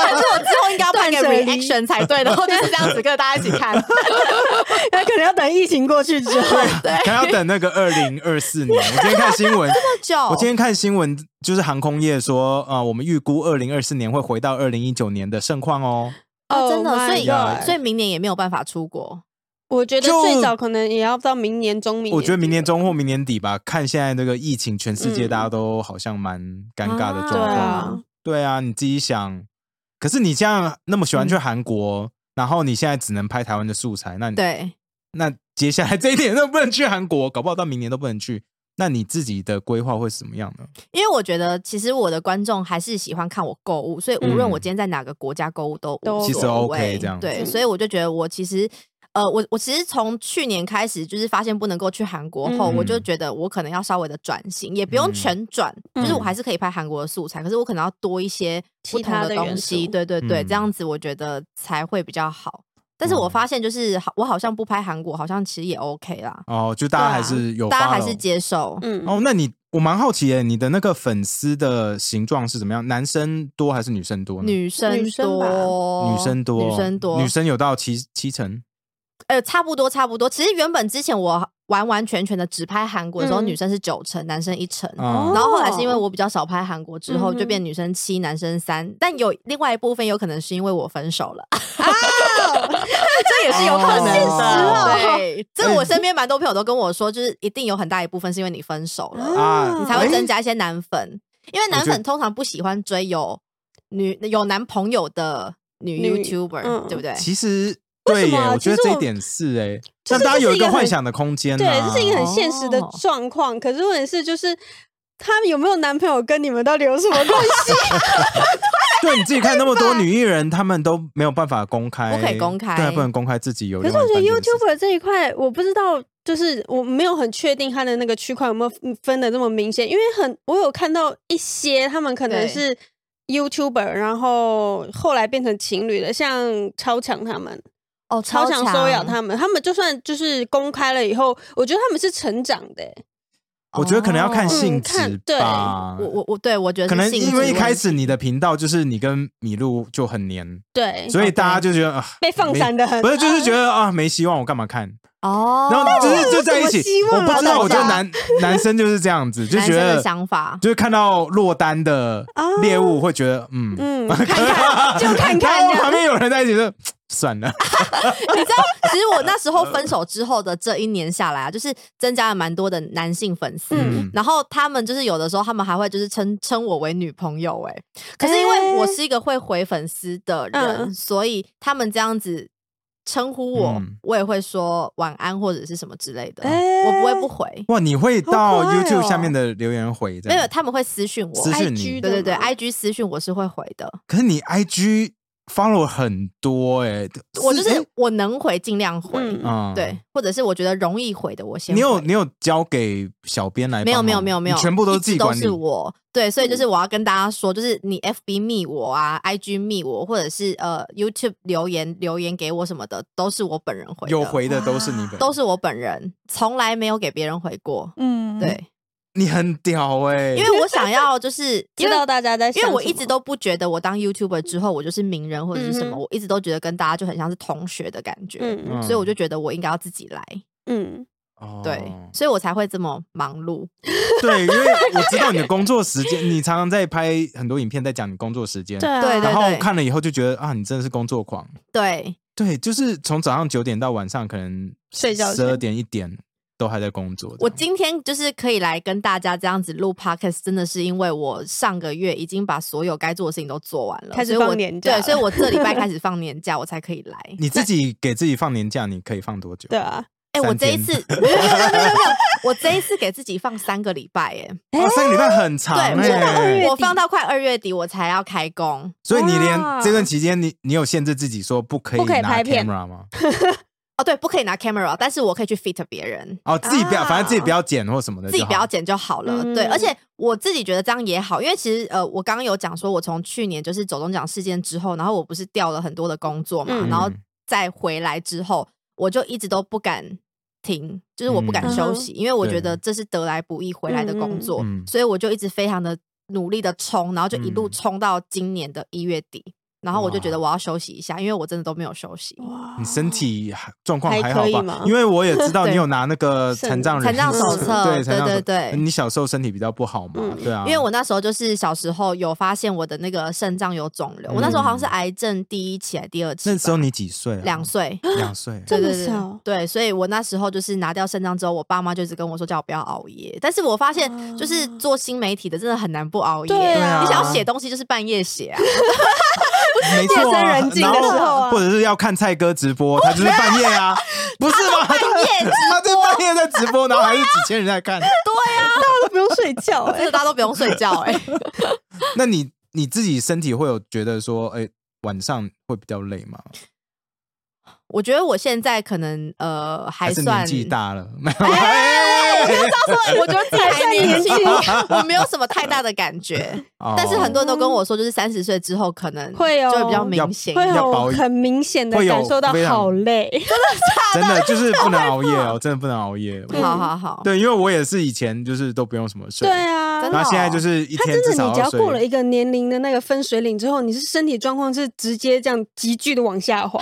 S3: 但是我之后应该要拍个
S1: 断舍离
S3: reaction 才对，然后就是这样子跟大家一起
S2: [LAUGHS]
S3: 看。
S1: 那可能要等疫情过去之后，
S2: 还要等那个二零二四年。我今天看新闻，
S3: 就
S2: 我今天看新闻，就是航空业说，呃，我们预估二零二四年会回到二零一九年的盛况哦。
S3: 哦，真
S1: Oh
S3: 的，
S1: my
S3: 所以
S2: God
S3: 所以明年也没有办法出国。
S1: 我觉得
S2: 就
S1: 最早可能也要到明年中，明
S2: 我觉得明年
S1: 底了
S2: 中或明年底吧，看现在这个疫情，全世界
S1: 嗯
S2: 大家都好像蛮尴尬的状
S1: 对
S2: 况。
S3: 嗯
S1: 啊，
S2: 对啊，你自己想，可是你这样那么喜欢去韩国，然后你现在只能拍台湾的素材，那你
S3: 对，
S2: 那接下来这一点都不能去韩国，搞不好到明年都不能去。那你自己的规划会是什么样呢？
S3: 因为我觉得其实我的观众还是喜欢看我购物，所以无论
S2: 嗯
S3: 我今天在哪个国家购物都
S1: 都
S3: 无
S1: 其实
S3: 所
S2: OK
S3: 谓
S2: 这样
S3: 对，
S1: 子
S3: 所以我就觉得我其实。呃，我我其实从去年开始，就是发现不能够去韩国后，
S1: 嗯
S3: 我就觉得我可能要稍微的转型，也不用
S2: 嗯
S3: 全转，就是我
S1: 嗯
S3: 还是可以拍韩国的素材，可是我可能要多一些不
S1: 其
S3: 同
S1: 他的
S3: 东
S1: 元
S3: 西，
S1: 素
S3: 对对对，
S2: 嗯
S3: 这样子我觉得才会比较好。但是我
S2: 嗯
S3: 发现，就是好我好像不拍韩国，好像其实也 OK 啦，
S2: 哦，就大家
S1: 对啊
S2: 还是有 follow，
S3: 大家还是接受。
S1: 嗯，
S2: 哦，那你我蛮好奇耶，你的那个粉丝的形状是怎么样？男生多还是女生多呢？
S3: 女生
S1: 女生吧
S3: 多，
S2: 嗯女生多，
S3: 女生多，
S2: 女生有到七七成。
S3: 呃，差不多差不多。其实原本之前我完完全全的只拍韩国的时候，
S1: 嗯
S3: 女生是九成，男生一成。
S2: 哦
S3: 嗯然后后来是因为我比较少拍韩国，之后
S1: 嗯哼
S3: 就变女生七，男生三。但有另外一部分有可能是因为我分手了，
S1: 啊
S3: 这也是有可能的。
S2: 好
S1: 现实哦
S3: 对，这
S2: 哎
S3: 个我身边蛮多朋友都跟我说，就是一定有很大一部分是因为你分手了，
S2: 啊
S3: 你嗯才会
S2: 哎
S3: 增加一些男粉，因为
S2: 我
S3: 男
S2: 觉
S3: 粉通常不喜欢追有女有男朋友的女
S1: 女
S3: YouTuber，、
S1: 嗯
S3: 对不对？
S2: 其实
S1: 为什
S2: 对耶，
S1: 么啊
S2: 我觉得
S1: 其实
S2: 这
S1: 我
S2: 一点是哎，
S1: 就
S2: 让
S1: 是
S2: 大
S1: 这
S2: 家有
S1: 是
S2: 一
S1: 一个
S2: 个幻
S1: 很
S2: 想的啊空间呐。
S1: 对，这是一个很现实的
S3: 哦
S1: 状况。可是问题是，就是他有没有男朋友跟你们到底有什么关
S2: [LAUGHS]
S1: 系？
S2: 对你自己看那么多女艺人，她们都没有办法公开，
S3: 不可以公开
S2: 对，不能公开自己有
S1: 可
S2: 另
S1: 是
S2: 外
S1: 我
S2: 一
S1: 觉
S2: 半
S1: 得
S2: 这件事情。
S1: YouTuber 这一块，我不知道，就是我没有很确定他的那个区块有没有分分的这么明显，因为很我有看到一些他们可能
S3: 对
S1: 是 YouTuber，然后后来变成情侣了，像超强他们。
S3: 哦，
S1: 超想收
S3: 强
S1: 养他们，他们就算就是公开了以后，我觉得他们是成长的欸、
S2: 我觉得可能要看
S3: 哦
S2: 性
S1: 嗯看
S2: 质
S1: 对
S2: 吧。
S3: 我我我对我觉得
S2: 可能
S3: 是性
S2: 因为
S3: 质
S2: 一开
S3: 问
S2: 始你的频道就是你跟米露就很黏，
S1: 对，
S2: 所以大家就觉得啊
S1: 被放
S2: 没
S1: 散的很，
S2: 不是就是觉得啊没希望，我干嘛看？
S3: 呃哦，
S2: 然后只是就在一
S1: 有什么
S2: 起
S1: 希，
S2: 我
S1: 望啊
S2: 不知道，我觉得
S3: 大家 [LAUGHS]
S2: 男男生就是这样子，就
S3: 男
S2: 觉
S3: 生的
S2: 得 [LAUGHS]
S3: 想法，哦
S2: 就是看到落单的猎物会觉得嗯，
S1: 嗯，看看就看
S2: 然后
S1: 看这
S2: 旁
S1: 样，
S2: 边有人在一起就算了，
S3: 你知道，其实我那时候分手之后的这一年下来啊，就是增加了蛮多的男性粉丝。
S1: 嗯
S3: 然后他们就是有的时候，他们还会就是称称我为女朋友哎、可是因为我是一个会回粉丝的人，
S1: 嗯
S3: 所以他们这样子称呼我，
S2: 嗯
S3: 我也会说晚安或者是什么之类的，
S1: 哎
S3: 我不会不回。
S2: 哇，你会到
S1: 好可爱哦
S2: YouTube 下面的留言回这
S3: 没
S2: 样
S3: 有，他们会私讯我
S2: 哎私，讯
S1: IG
S2: 你
S3: 对对对
S1: 的嘛
S3: ，IG 私讯我是会回的，
S2: 可是你 IG follow 很多哎、
S3: 我就
S2: 诶
S3: 是我能回尽量回，
S1: 嗯
S2: 嗯，
S3: 对，，或者是我觉得容易回的我先回。
S2: 你有你有交给小编来
S3: 没有
S2: 帮忙
S3: 没有没有没有，
S2: 你全部都是
S3: 一直
S2: 自己管理
S3: 都是我对，所以
S1: 嗯
S3: 就是我要跟大家说，就是你 FB 密我啊，IG 密我，或者是呃 YouTube 留言留言给我什么的，都是我本人回的，
S2: 有回的都是你本人，
S3: 都是我本人，从来没有给别人回过。
S1: 嗯，
S3: 对，
S2: 你很屌哎、
S3: 因为我想要
S1: [LAUGHS]
S3: 就是
S1: 知道。大家在想
S3: 因
S1: 什
S3: 为
S1: 么，
S3: 我一直都不觉得我当 YouTuber 之后我就是名人或者是什么，
S1: 嗯哼
S3: 我一直都觉得跟大家就很像是同学的感觉，
S1: 嗯
S3: 所以我就觉得我应该要自己来，
S1: 嗯
S2: 哦
S3: 对，所以我才会这么忙碌。
S2: 对，因为我知道你的工作时间，你常常在拍很多影片，在讲你工作时间，
S1: 对啊
S3: 对对
S2: 然后看了以后就觉得啊，你真的是工作狂。
S3: 对，
S2: 对，就是从早上九点到晚上可能
S1: 睡觉
S2: 十二
S1: 前
S2: 点一点都还在工作这样。
S3: 我今天就是可以来跟大家这样子录 podcast，真的是因为我上个月已经把所有该做的事情都做完了，
S1: 开始
S3: 所以我
S1: 放年假
S3: 对，
S1: 了
S3: 所以我这礼拜
S1: [LAUGHS]
S3: 开始放年假，我才可以来。
S2: 你自己给自己放年假，你可以放多久？
S1: 对啊，
S3: 哎、我
S2: 三
S3: 这一
S2: 天
S3: 次，没有没有没有没有没有我这一次给自己放三个礼拜、耶。
S2: 哇，啊三个礼拜很长
S3: 对，
S1: 真的二月
S2: 哎，
S1: 底
S3: 我我放到快二月底我才要开工，
S2: 所以你连
S1: 哇
S2: 这段期间，你你有限制自己说不可以
S1: 不可以
S2: 拿
S1: 拍片
S2: camera 吗？
S3: 哦，对，不可以拿 camera，但是我可以去 fit 别人。
S2: 哦，自己不要，反正自己
S1: 啊
S2: 不要剪或什么的，
S3: 自己不要。剪就好了。
S1: 嗯
S3: 对，而且我自己觉得这样也好，因为其实呃，我刚刚有讲说，我从去年就是走中奖事件之后，然后我不是调了很多的工作嘛，
S1: 嗯
S3: 然后再回来之后，我就一直都不敢。停，就是我不敢
S1: 嗯
S3: 休息，因为我觉
S2: 对
S3: 得这是得来不易回来的工作，
S2: 嗯嗯嗯
S3: 所以我就一直非常的努力的冲，然后就一路
S2: 嗯
S3: 冲到今年的一月底，然后我就
S2: 哇
S3: 觉得我要休息一下，因为我真的都没有休息。
S1: 哇
S2: 你身体还状况
S1: 还
S2: 还好
S1: 可以
S2: 吧
S1: 吗？
S2: 因为我也知道你
S3: [LAUGHS] 对
S2: 有拿那个
S1: 肾
S2: 残障人
S3: 残障手册
S2: 对
S3: 对
S2: 残障
S3: 对
S2: 手
S3: 对
S2: 你小时候身体比较不好嘛，
S1: 嗯
S2: 对啊，
S3: 因为我那时候就是小时候有发现我的那个肾脏有肿瘤，我那时候好像是癌症第一期还是第二期
S2: 嗯
S3: 吧，
S2: 那时候你几岁啊？
S3: 两岁，
S1: 哦
S3: [LAUGHS]
S2: 两岁，
S1: 这
S3: 对
S1: 么
S3: 对对
S1: 小
S3: 对，所以我那时候就是拿掉肾脏之后，我爸妈就一直跟我说叫我不要熬夜，但是我发现
S1: 啊
S3: 就是做新媒体的真的很难不熬夜，
S1: 对啊
S3: 你想要写东西就是半夜写啊，
S2: 没错啊，
S1: 夜深人静
S2: 然
S1: 的
S2: 后
S1: 时候啊
S2: 或者是要看蔡哥直播，他就是半夜
S3: [LAUGHS]
S2: 啊，不是吗？半夜 [LAUGHS] 他在半夜在直播，然后还是
S3: 啊
S2: 几千人在看。
S1: 都不用睡觉
S3: [LAUGHS] 真
S1: 哎
S3: 的，大家都不用睡
S1: [LAUGHS]
S3: 觉哎、
S2: 那你你自己身体会有觉得说，哎，晚上会比较累吗？
S3: 我觉得我现在可能呃还
S2: 是
S3: 算
S2: 年纪大了？ [LAUGHS] 没有，
S3: 哎，我不知道说，我觉得自己还年轻
S1: 还在，
S3: 我没有什么太大的感
S2: [LAUGHS]
S3: 觉。
S2: 哦
S3: 但是很多人都跟我说，就是三十岁之后可能
S1: 会哦
S3: 就会比较明显。
S1: 会
S2: 要保
S1: 有很明显的
S2: 会有
S1: 感受到
S2: 非常
S1: 好累，
S2: 真的就是不能熬夜哦，真的不能熬夜。
S1: 嗯
S3: 好好好，
S2: 对，因为我也是以前就是都不用什么睡，
S1: 对啊，
S3: 真的
S2: 然后现在就是一
S1: 他
S2: 天
S1: 真
S2: 至
S1: 的，
S2: 少
S1: 你只要
S2: 要睡
S1: 过了一个年龄的那个分水岭之后，你是身体状况是直接这样急剧的往下滑，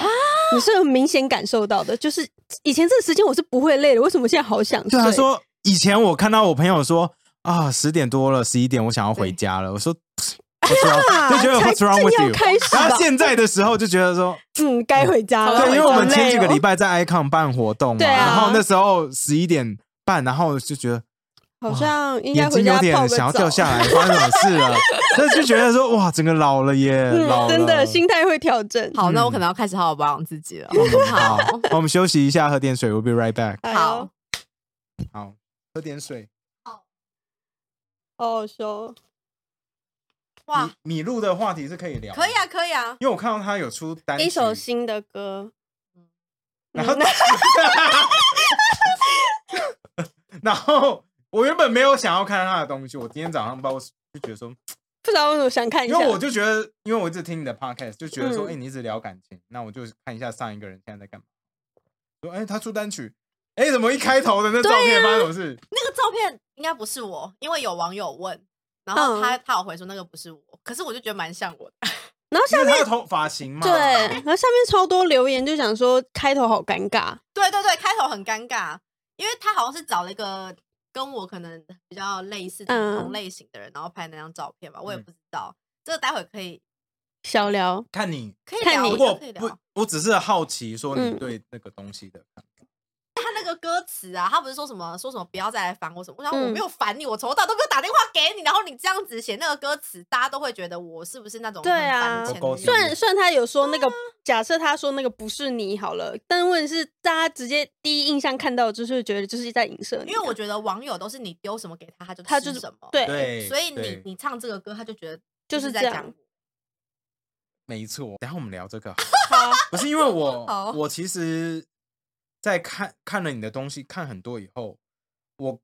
S1: 你是很明显感受到的。就是以前这个时间我是不会累的，为什么现在好想睡？
S2: 对，他啊说以前我看到我朋友说啊，十点多了，十一点我想要回
S3: 对
S2: 家了，我说 What's wrong？就觉得
S1: 啊才
S2: What's wrong
S1: 正
S2: with
S1: 要
S2: you？
S1: 开始吧
S2: 然后现在的时候就觉得
S1: [LAUGHS]
S2: 说，
S1: 嗯，该回家了。哦
S2: 对，因为我们前几个礼
S1: 拜
S2: 拜在 Icon 办活动嘛，
S1: 对啊
S2: 然后那时候十一点半，然后就觉得
S1: 好像应该
S2: 眼
S1: 回
S2: 睛有
S1: 家泡
S2: 点
S1: 个
S2: 想要
S1: 澡
S2: 掉下来，发生什么事了？那就觉得说哇，整个老了耶，
S1: 嗯，
S2: 老了
S1: 真的心态会调整。
S3: 好，那我
S2: 嗯
S3: 可能要开始好好保养自己了。
S2: 好
S3: 好，
S2: 我们休息一下，喝点水，We'll be right back。
S1: 哎呦
S3: 好，
S2: 好，喝点水。
S1: 好好笑。
S3: 哇，
S2: 米米露的话题是可以聊，
S3: 可以，啊，可以啊。
S2: 因为我看到他有出单
S1: 一
S2: [LAUGHS]
S1: 首
S2: 曲
S1: 新的歌，嗯
S2: 然后， [LAUGHS] 然后我原本没有想要看他的东西，我今天早上把我就觉得说，
S1: 不知道为什么想看一
S2: 因
S1: 下。
S2: 为我就觉得，因为我一直听你的 podcast，就觉得说，
S1: 嗯
S2: 哎、你一直聊感情，那我就看一下上一个人现在在干嘛。说，哎、他出单曲，哎，怎么一开头的那照片发生什么事？
S3: 那个照片应该不是我，因为有网友问，然后
S1: 嗯
S3: 他、他有回说那个不是我，可是我就觉得蛮像我的。 [LAUGHS]
S1: 然后
S2: 因
S1: 下
S2: 为
S1: 面
S2: 他的头发型嘛，
S1: 对，然后下面超多留言就想说开头好尴尬，
S3: 对对对，开头很尴尬，因为他好像是找了一个跟我可能比较类似的同
S1: 嗯
S3: 类型的人，然后拍那张照片吧，我也
S2: 嗯
S3: 不知道。这个待会可以
S1: 小聊
S2: 看你。
S3: 可以
S1: 看
S3: 聊，
S1: 你
S2: 如
S3: 我
S2: 果
S3: 觉得可以聊
S2: 不。，我只是好奇说你
S1: 嗯
S2: 对那个东西的，
S3: 他那个歌词啊，他不是说什么说什么不要再来烦我什么？我想说我
S1: 嗯
S3: 没有烦你，我从头到尾都没有打电话给你，然后你这样子写那个歌词，大家都会觉得我是不是那种
S1: 对啊
S3: 很烦的前
S2: 勾勾
S3: 女
S2: 对
S3: 友
S1: 虽然虽然他有说那个，
S2: 啊
S1: 假设他说那个不是你好了，但问题是大家直接第一印象看到就是觉得就是在影射你啊，
S3: 因为我觉得网友都是你丢什么给他，他就
S1: 他
S3: 吃
S1: 就是
S3: 什么，
S1: 对
S2: 对，
S3: 所以你
S2: 对
S3: 你唱这个歌，他就觉得
S1: 就
S3: 就是
S1: 是
S3: 在
S1: 这
S3: 讲
S1: 样
S3: 我。
S2: 没错。等一下我们聊这个好了，
S3: [LAUGHS]
S1: 好，
S2: 不是因为
S3: 好
S2: 我，我其实，在看看了你的东西，看很多以后，我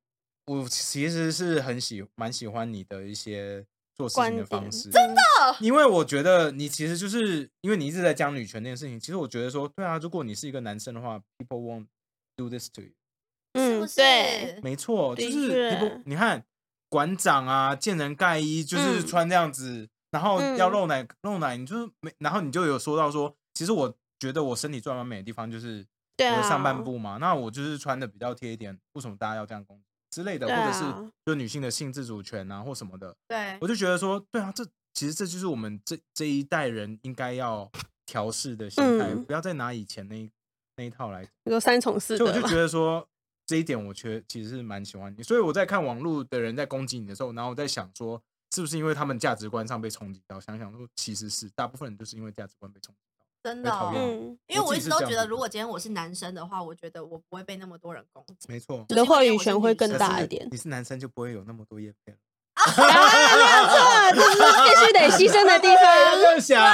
S2: 我其实是很喜蛮喜欢你的一些做事情的
S1: 观点
S2: 方式，
S1: 真的
S2: 因为我觉得你其实就是因为你一直在讲女权这件事情，其实我觉得说，对啊，如果你是一个男生的话，people won't do this to you，
S3: 是
S1: 嗯
S3: 不，是？
S1: 对，
S2: 没错，就
S1: 的
S2: 是
S1: 确
S2: people，你看馆长啊，见人盖衣，就是
S1: 嗯
S2: 穿这样子，然后要
S1: 嗯
S2: 露奶露奶，你就是没，然后你就有说到说，其实我觉得我身体最完美的地方就是
S1: 对
S2: 我的上
S1: 啊
S2: 半部嘛，那我就是穿的比较贴一点，为什么大家要这样攻击之类的，
S1: 对
S2: 或者是
S1: 啊
S2: 就女性的性自主权啊或什么的，
S3: 对
S2: 我就觉得说，对啊，这其实这就是我们这这一代人应该要调试的心态，
S1: 嗯
S2: 不要再拿以前那一那一套来。
S1: 你说三从四
S2: 所以我
S1: 德
S2: 就
S1: 嘛
S2: 觉，得说这一点，我觉其实是蛮喜欢你。所以我在看网络的人在攻击你的时候，然后我在想说，是不是因为他们价值观上被冲击到？想想说，其实是大部分人就是因为价值观被冲击到。
S3: 真的
S2: 会
S3: 哦、
S2: 讨厌
S1: 嗯，
S3: 因为
S2: 我
S3: 我
S2: 自
S3: 一
S2: 己
S3: 直
S2: 是
S3: 都
S2: 这样
S3: 觉得，
S2: 子
S3: 如果今天我是男生的话，我觉得我不会被那么多人攻击。
S2: 没错，
S1: 你的话语权会
S3: 真
S1: 更
S2: 可
S3: 的
S1: 大
S2: 是
S1: 一点。
S2: [LAUGHS] 你是男生就不会有那么多叶片。
S1: 啊，没有错，这是必须得牺牲的地
S2: 不
S1: 方。
S2: 要这样想，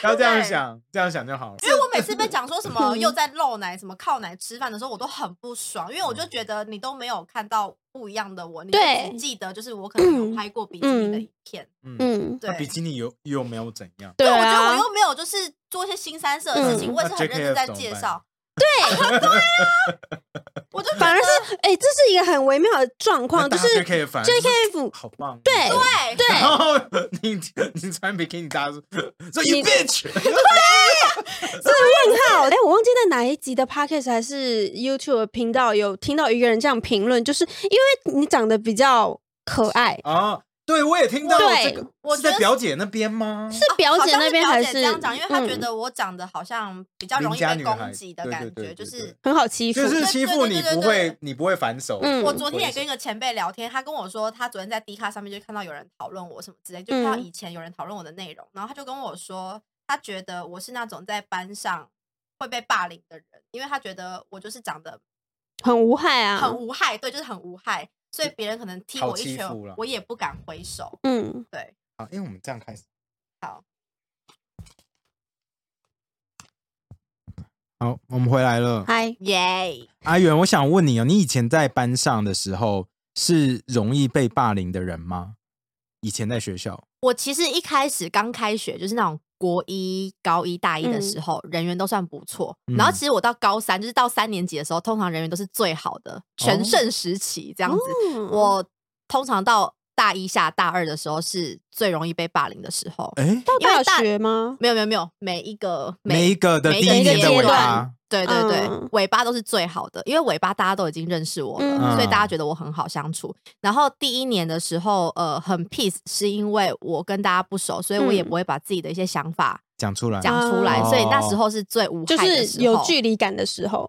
S2: 不要这样
S3: 对
S2: 想，这样想就好了。
S3: 因为我每次被讲说什
S1: [LAUGHS]
S3: 么又在露奶、什么靠奶吃饭的时候，我都很不爽，因为我就觉得你都没有看到不一样的我，你就
S1: 嗯对
S3: 只记得就是我可能有拍过比基尼的
S1: 嗯
S3: 影片，
S2: 嗯，
S1: 嗯，
S3: 对
S2: 那。比基尼有又没有怎样？
S1: 对
S3: 我觉得
S1: 啊
S3: 我，又没有就是做一些新三色的事情，
S1: 嗯
S3: 我也是
S2: 那
S3: 很认
S2: JKF
S3: 真在
S2: 怎么
S3: 介
S2: 办
S3: 绍。对，对啊，我就觉
S1: 反而
S3: 得
S1: 是哎，这是一个很微妙的状况，就是
S2: 那大家 JK 反而就是
S1: JKF
S2: 好棒，哦
S1: 对
S3: 对
S1: 对
S2: 然后 [LAUGHS] 你你穿比基尼，大家说说 you
S1: 你
S2: bitch，
S1: 问号。哎，我忘记在哪一集的 podcast 还是 YouTube 的频道有听到一个人这样评论，就是因为你长得比较可爱，
S2: 啊，对我也听到
S1: 对
S2: 这个，
S3: 我
S2: 是
S3: 觉
S2: 在
S3: 得
S2: 表姐那边吗？
S1: 是表
S3: 哦好
S1: 姐
S3: 像
S1: 那
S3: 是
S1: 边
S3: 表
S1: 还
S3: 姐
S1: 是
S3: 这样讲，因为她觉
S1: 嗯
S3: 得我长得好像比较容
S2: 邻
S3: 易
S2: 家
S3: 被
S2: 女
S3: 攻
S2: 孩
S3: 击的
S2: 对
S3: 感
S2: 对对
S3: 觉，
S2: 对
S3: 就
S2: 对
S3: 是。
S1: 很好欺负
S2: 就。
S3: 对
S2: 是欺负你
S3: 对对
S2: 不
S3: 对
S2: 会，你不会反手。
S1: 嗯
S3: 我昨天也跟一
S2: 个
S3: 个前辈聊天，他跟我说，他昨天在 D 卡上面就看到有人讨论我什么之类，就看到
S1: 嗯
S3: 以前有人讨论我的内容，然后他就跟我说，他觉得我是那种在班上会被霸凌的人，因为他觉得我就是长得
S1: 很无害啊，
S3: 很无害，对，就是很无害，所以别人可能踢
S2: 好
S3: 我一
S2: 欺
S3: 拳
S2: 负啦，
S3: 我也不敢回手。
S1: 嗯，
S3: 对，
S2: 好，因为我们这样开始。
S3: 好，
S2: 好，我们回来了。
S1: 嗨，
S3: 耶，
S2: 阿元，我想问你哦，你以前在班上的时候是容易被霸凌的人吗？以前在学校，
S3: 我其实一开始刚开学就是那种国一、高一、大一的时候，人缘都算不错。
S2: 嗯
S3: 然后其实我到高三，就是到三年级的时候，通常人缘都是最好的，全
S2: 哦
S3: 盛时期这样子。
S1: 嗯
S3: 我通常到大一下大二的时候是最容易被霸凌的时候。
S2: 哎，
S1: 到
S3: 因为
S1: 大
S3: 大
S1: 学吗？
S3: 没有没有没有，每一个
S2: 每一个的
S3: 每
S2: 第
S3: 一个
S2: 一年的
S1: 阶
S2: 尾
S1: 段
S2: 巴，
S3: 对对对，
S1: 嗯
S3: 尾巴都是最好的，因为尾巴大家都已经认识我了，
S1: 嗯
S3: 所以大家觉得我很好相处。然后第一年的时候，呃，很 peace，是因为我跟大家不熟，所以我也
S1: 嗯
S3: 不会把自己的一些想法
S2: 讲出来，
S3: 讲出来，
S2: 哦
S3: 所以那时候是最无
S1: 就
S3: 害的
S1: 是
S3: 时候。
S1: 有距离感的时候，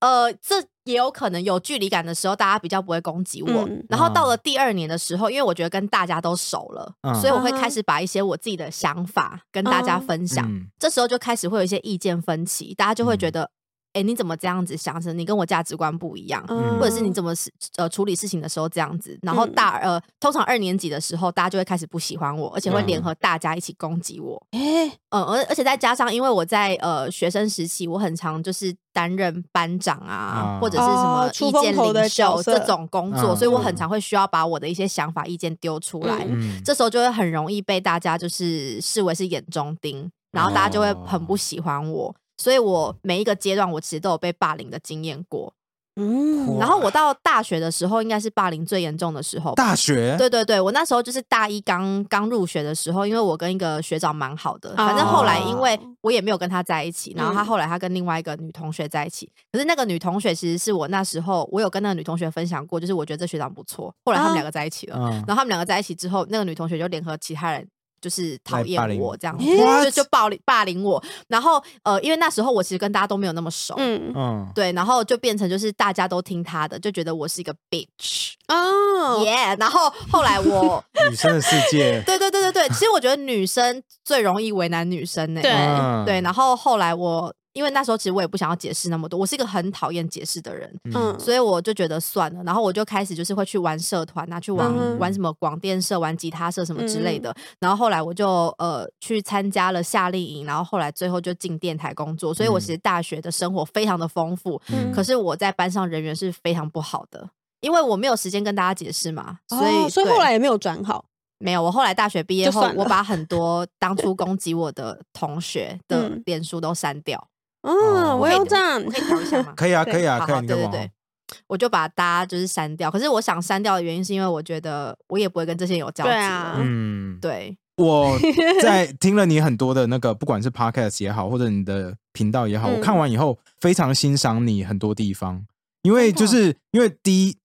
S3: 呃，这也有可能有距离感的时候，大家比较不会攻击我。
S1: 嗯
S3: 然后到了第二年的时候，因为我觉得跟大家都熟了，
S2: 嗯
S3: 所以我会开始把一些我自己的想法跟大家分享。
S2: 嗯
S3: 这时候就开始会有一些意见分歧，大家就会觉得，哎、你怎么这样子想着？你跟我价值观不一样。
S2: 嗯
S1: 嗯，
S3: 或者是你怎么是呃处理事情的时候这样子，然后大、呃通常二年级的时候，大家就会开始不喜欢我，而且会
S2: 嗯
S3: 联合大家一起攻击我。
S1: 哎，
S3: 嗯，而而且再加上，因为我在呃学生时期，我很常就是担任班长啊，
S2: 啊
S3: 或者是什么
S1: 哦出
S3: 意
S1: 风
S3: 见
S1: 头的
S3: 领
S1: 角
S3: 袖
S1: 色
S3: 这种工作，
S2: 嗯
S3: 所以我
S2: 嗯
S3: 很常会需要把我的一些想法、意见丢出来。
S1: 嗯
S2: 嗯
S3: 这时候就会很容易被大家就是视为是眼中钉，然后大家就会很不喜欢我。所以我每一个阶段，我其实都有被霸凌的经验过。
S1: 嗯
S2: 哇
S3: 然后我到大学的时候，应该是霸凌最严重的时候吧。
S2: 大学
S3: 对对对，我那时候就是大一刚刚入学的时候，因为我跟一个学长蛮好的，反正后来因为我也没有跟他在一起，然后他
S1: 嗯
S3: 后来他跟另外一个女同学在一起，可是那个女同学其实是我那时候我有跟那个女同学分享过，就是我觉得这学长不错，后来他们
S1: 啊
S3: 两个在一起了，
S2: 嗯，
S3: 然后他们两个在一起之后，那个女同学就联合其他人。就是讨
S2: 来霸
S3: 厌
S2: 凌
S3: 我这样子，
S1: 诶
S3: 就
S2: What？
S3: 就暴力霸凌我。然后呃，因为那时候我其实跟大家都没有那么熟，
S1: 嗯
S2: 嗯，
S3: 对，然后就变成就是大家都听他的，就觉得我是一个 bitch，
S1: 哦，
S3: 耶。Yeah，然后后来我，，
S2: 女生的世界
S3: 对对对对对，其实我觉得女生最容易为难女生呢、
S1: 对
S2: 嗯
S3: [LAUGHS] 对，然后后来我，因为那时候其实我也不想要解释那么多，我是一个很讨厌解释的人，
S1: 嗯
S3: 所以我就觉得算了，然后我就开始就是会去玩社团啊，去玩、
S1: 嗯哼嗯
S3: 玩什么广电社、玩吉他社什么之类的。然后后来我就呃去参加了夏令营，然后后来最后就进电台工作。所以我
S2: 嗯
S3: 其实大学的生活非常的丰富，
S1: 嗯
S3: 可是我在班上人缘是非常不好的，因为我没有时间跟大家解释嘛，所以、
S1: 哦所以
S3: 对
S1: 后来也没有转好，
S3: 没有，我后来大学毕业
S1: 就
S3: 后
S1: 算，了
S3: 我把很多当初攻击我的同学
S1: [LAUGHS]
S3: 的
S1: 嗯
S3: 脸书都删
S1: [LAUGHS]
S3: 掉。
S2: 哦
S1: 哦，我有站
S3: 我，可以调一下吗？
S2: 可以啊，
S1: 对
S2: 可以啊，
S3: 好
S2: 可以
S3: 好，
S2: 啊，你
S3: 对
S2: 干
S3: 对
S2: 嘛？
S3: 对，我就把大家就是删掉。可是我想删掉的原因是因为我觉得我也不会跟这些人有交集
S1: 对啊
S3: 了。
S2: 嗯，
S3: 对
S2: 我在听了你很多的那个，不管是 podcast 也好，或者你的频道也好，
S1: 嗯
S2: 我看完以后非常欣赏你很多地方，因为就是因为第一。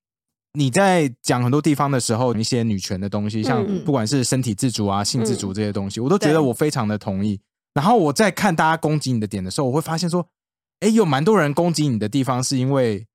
S2: 你在讲很多地方的时候，一些女权的东西，像
S1: 嗯
S2: 不管是身体自主啊、性自主这些东西，我都觉
S3: 对
S2: 得我非常的同意。然后我在看大家攻击你的点的时候，我会发现说，哎，有蛮多人攻击你的地方是因为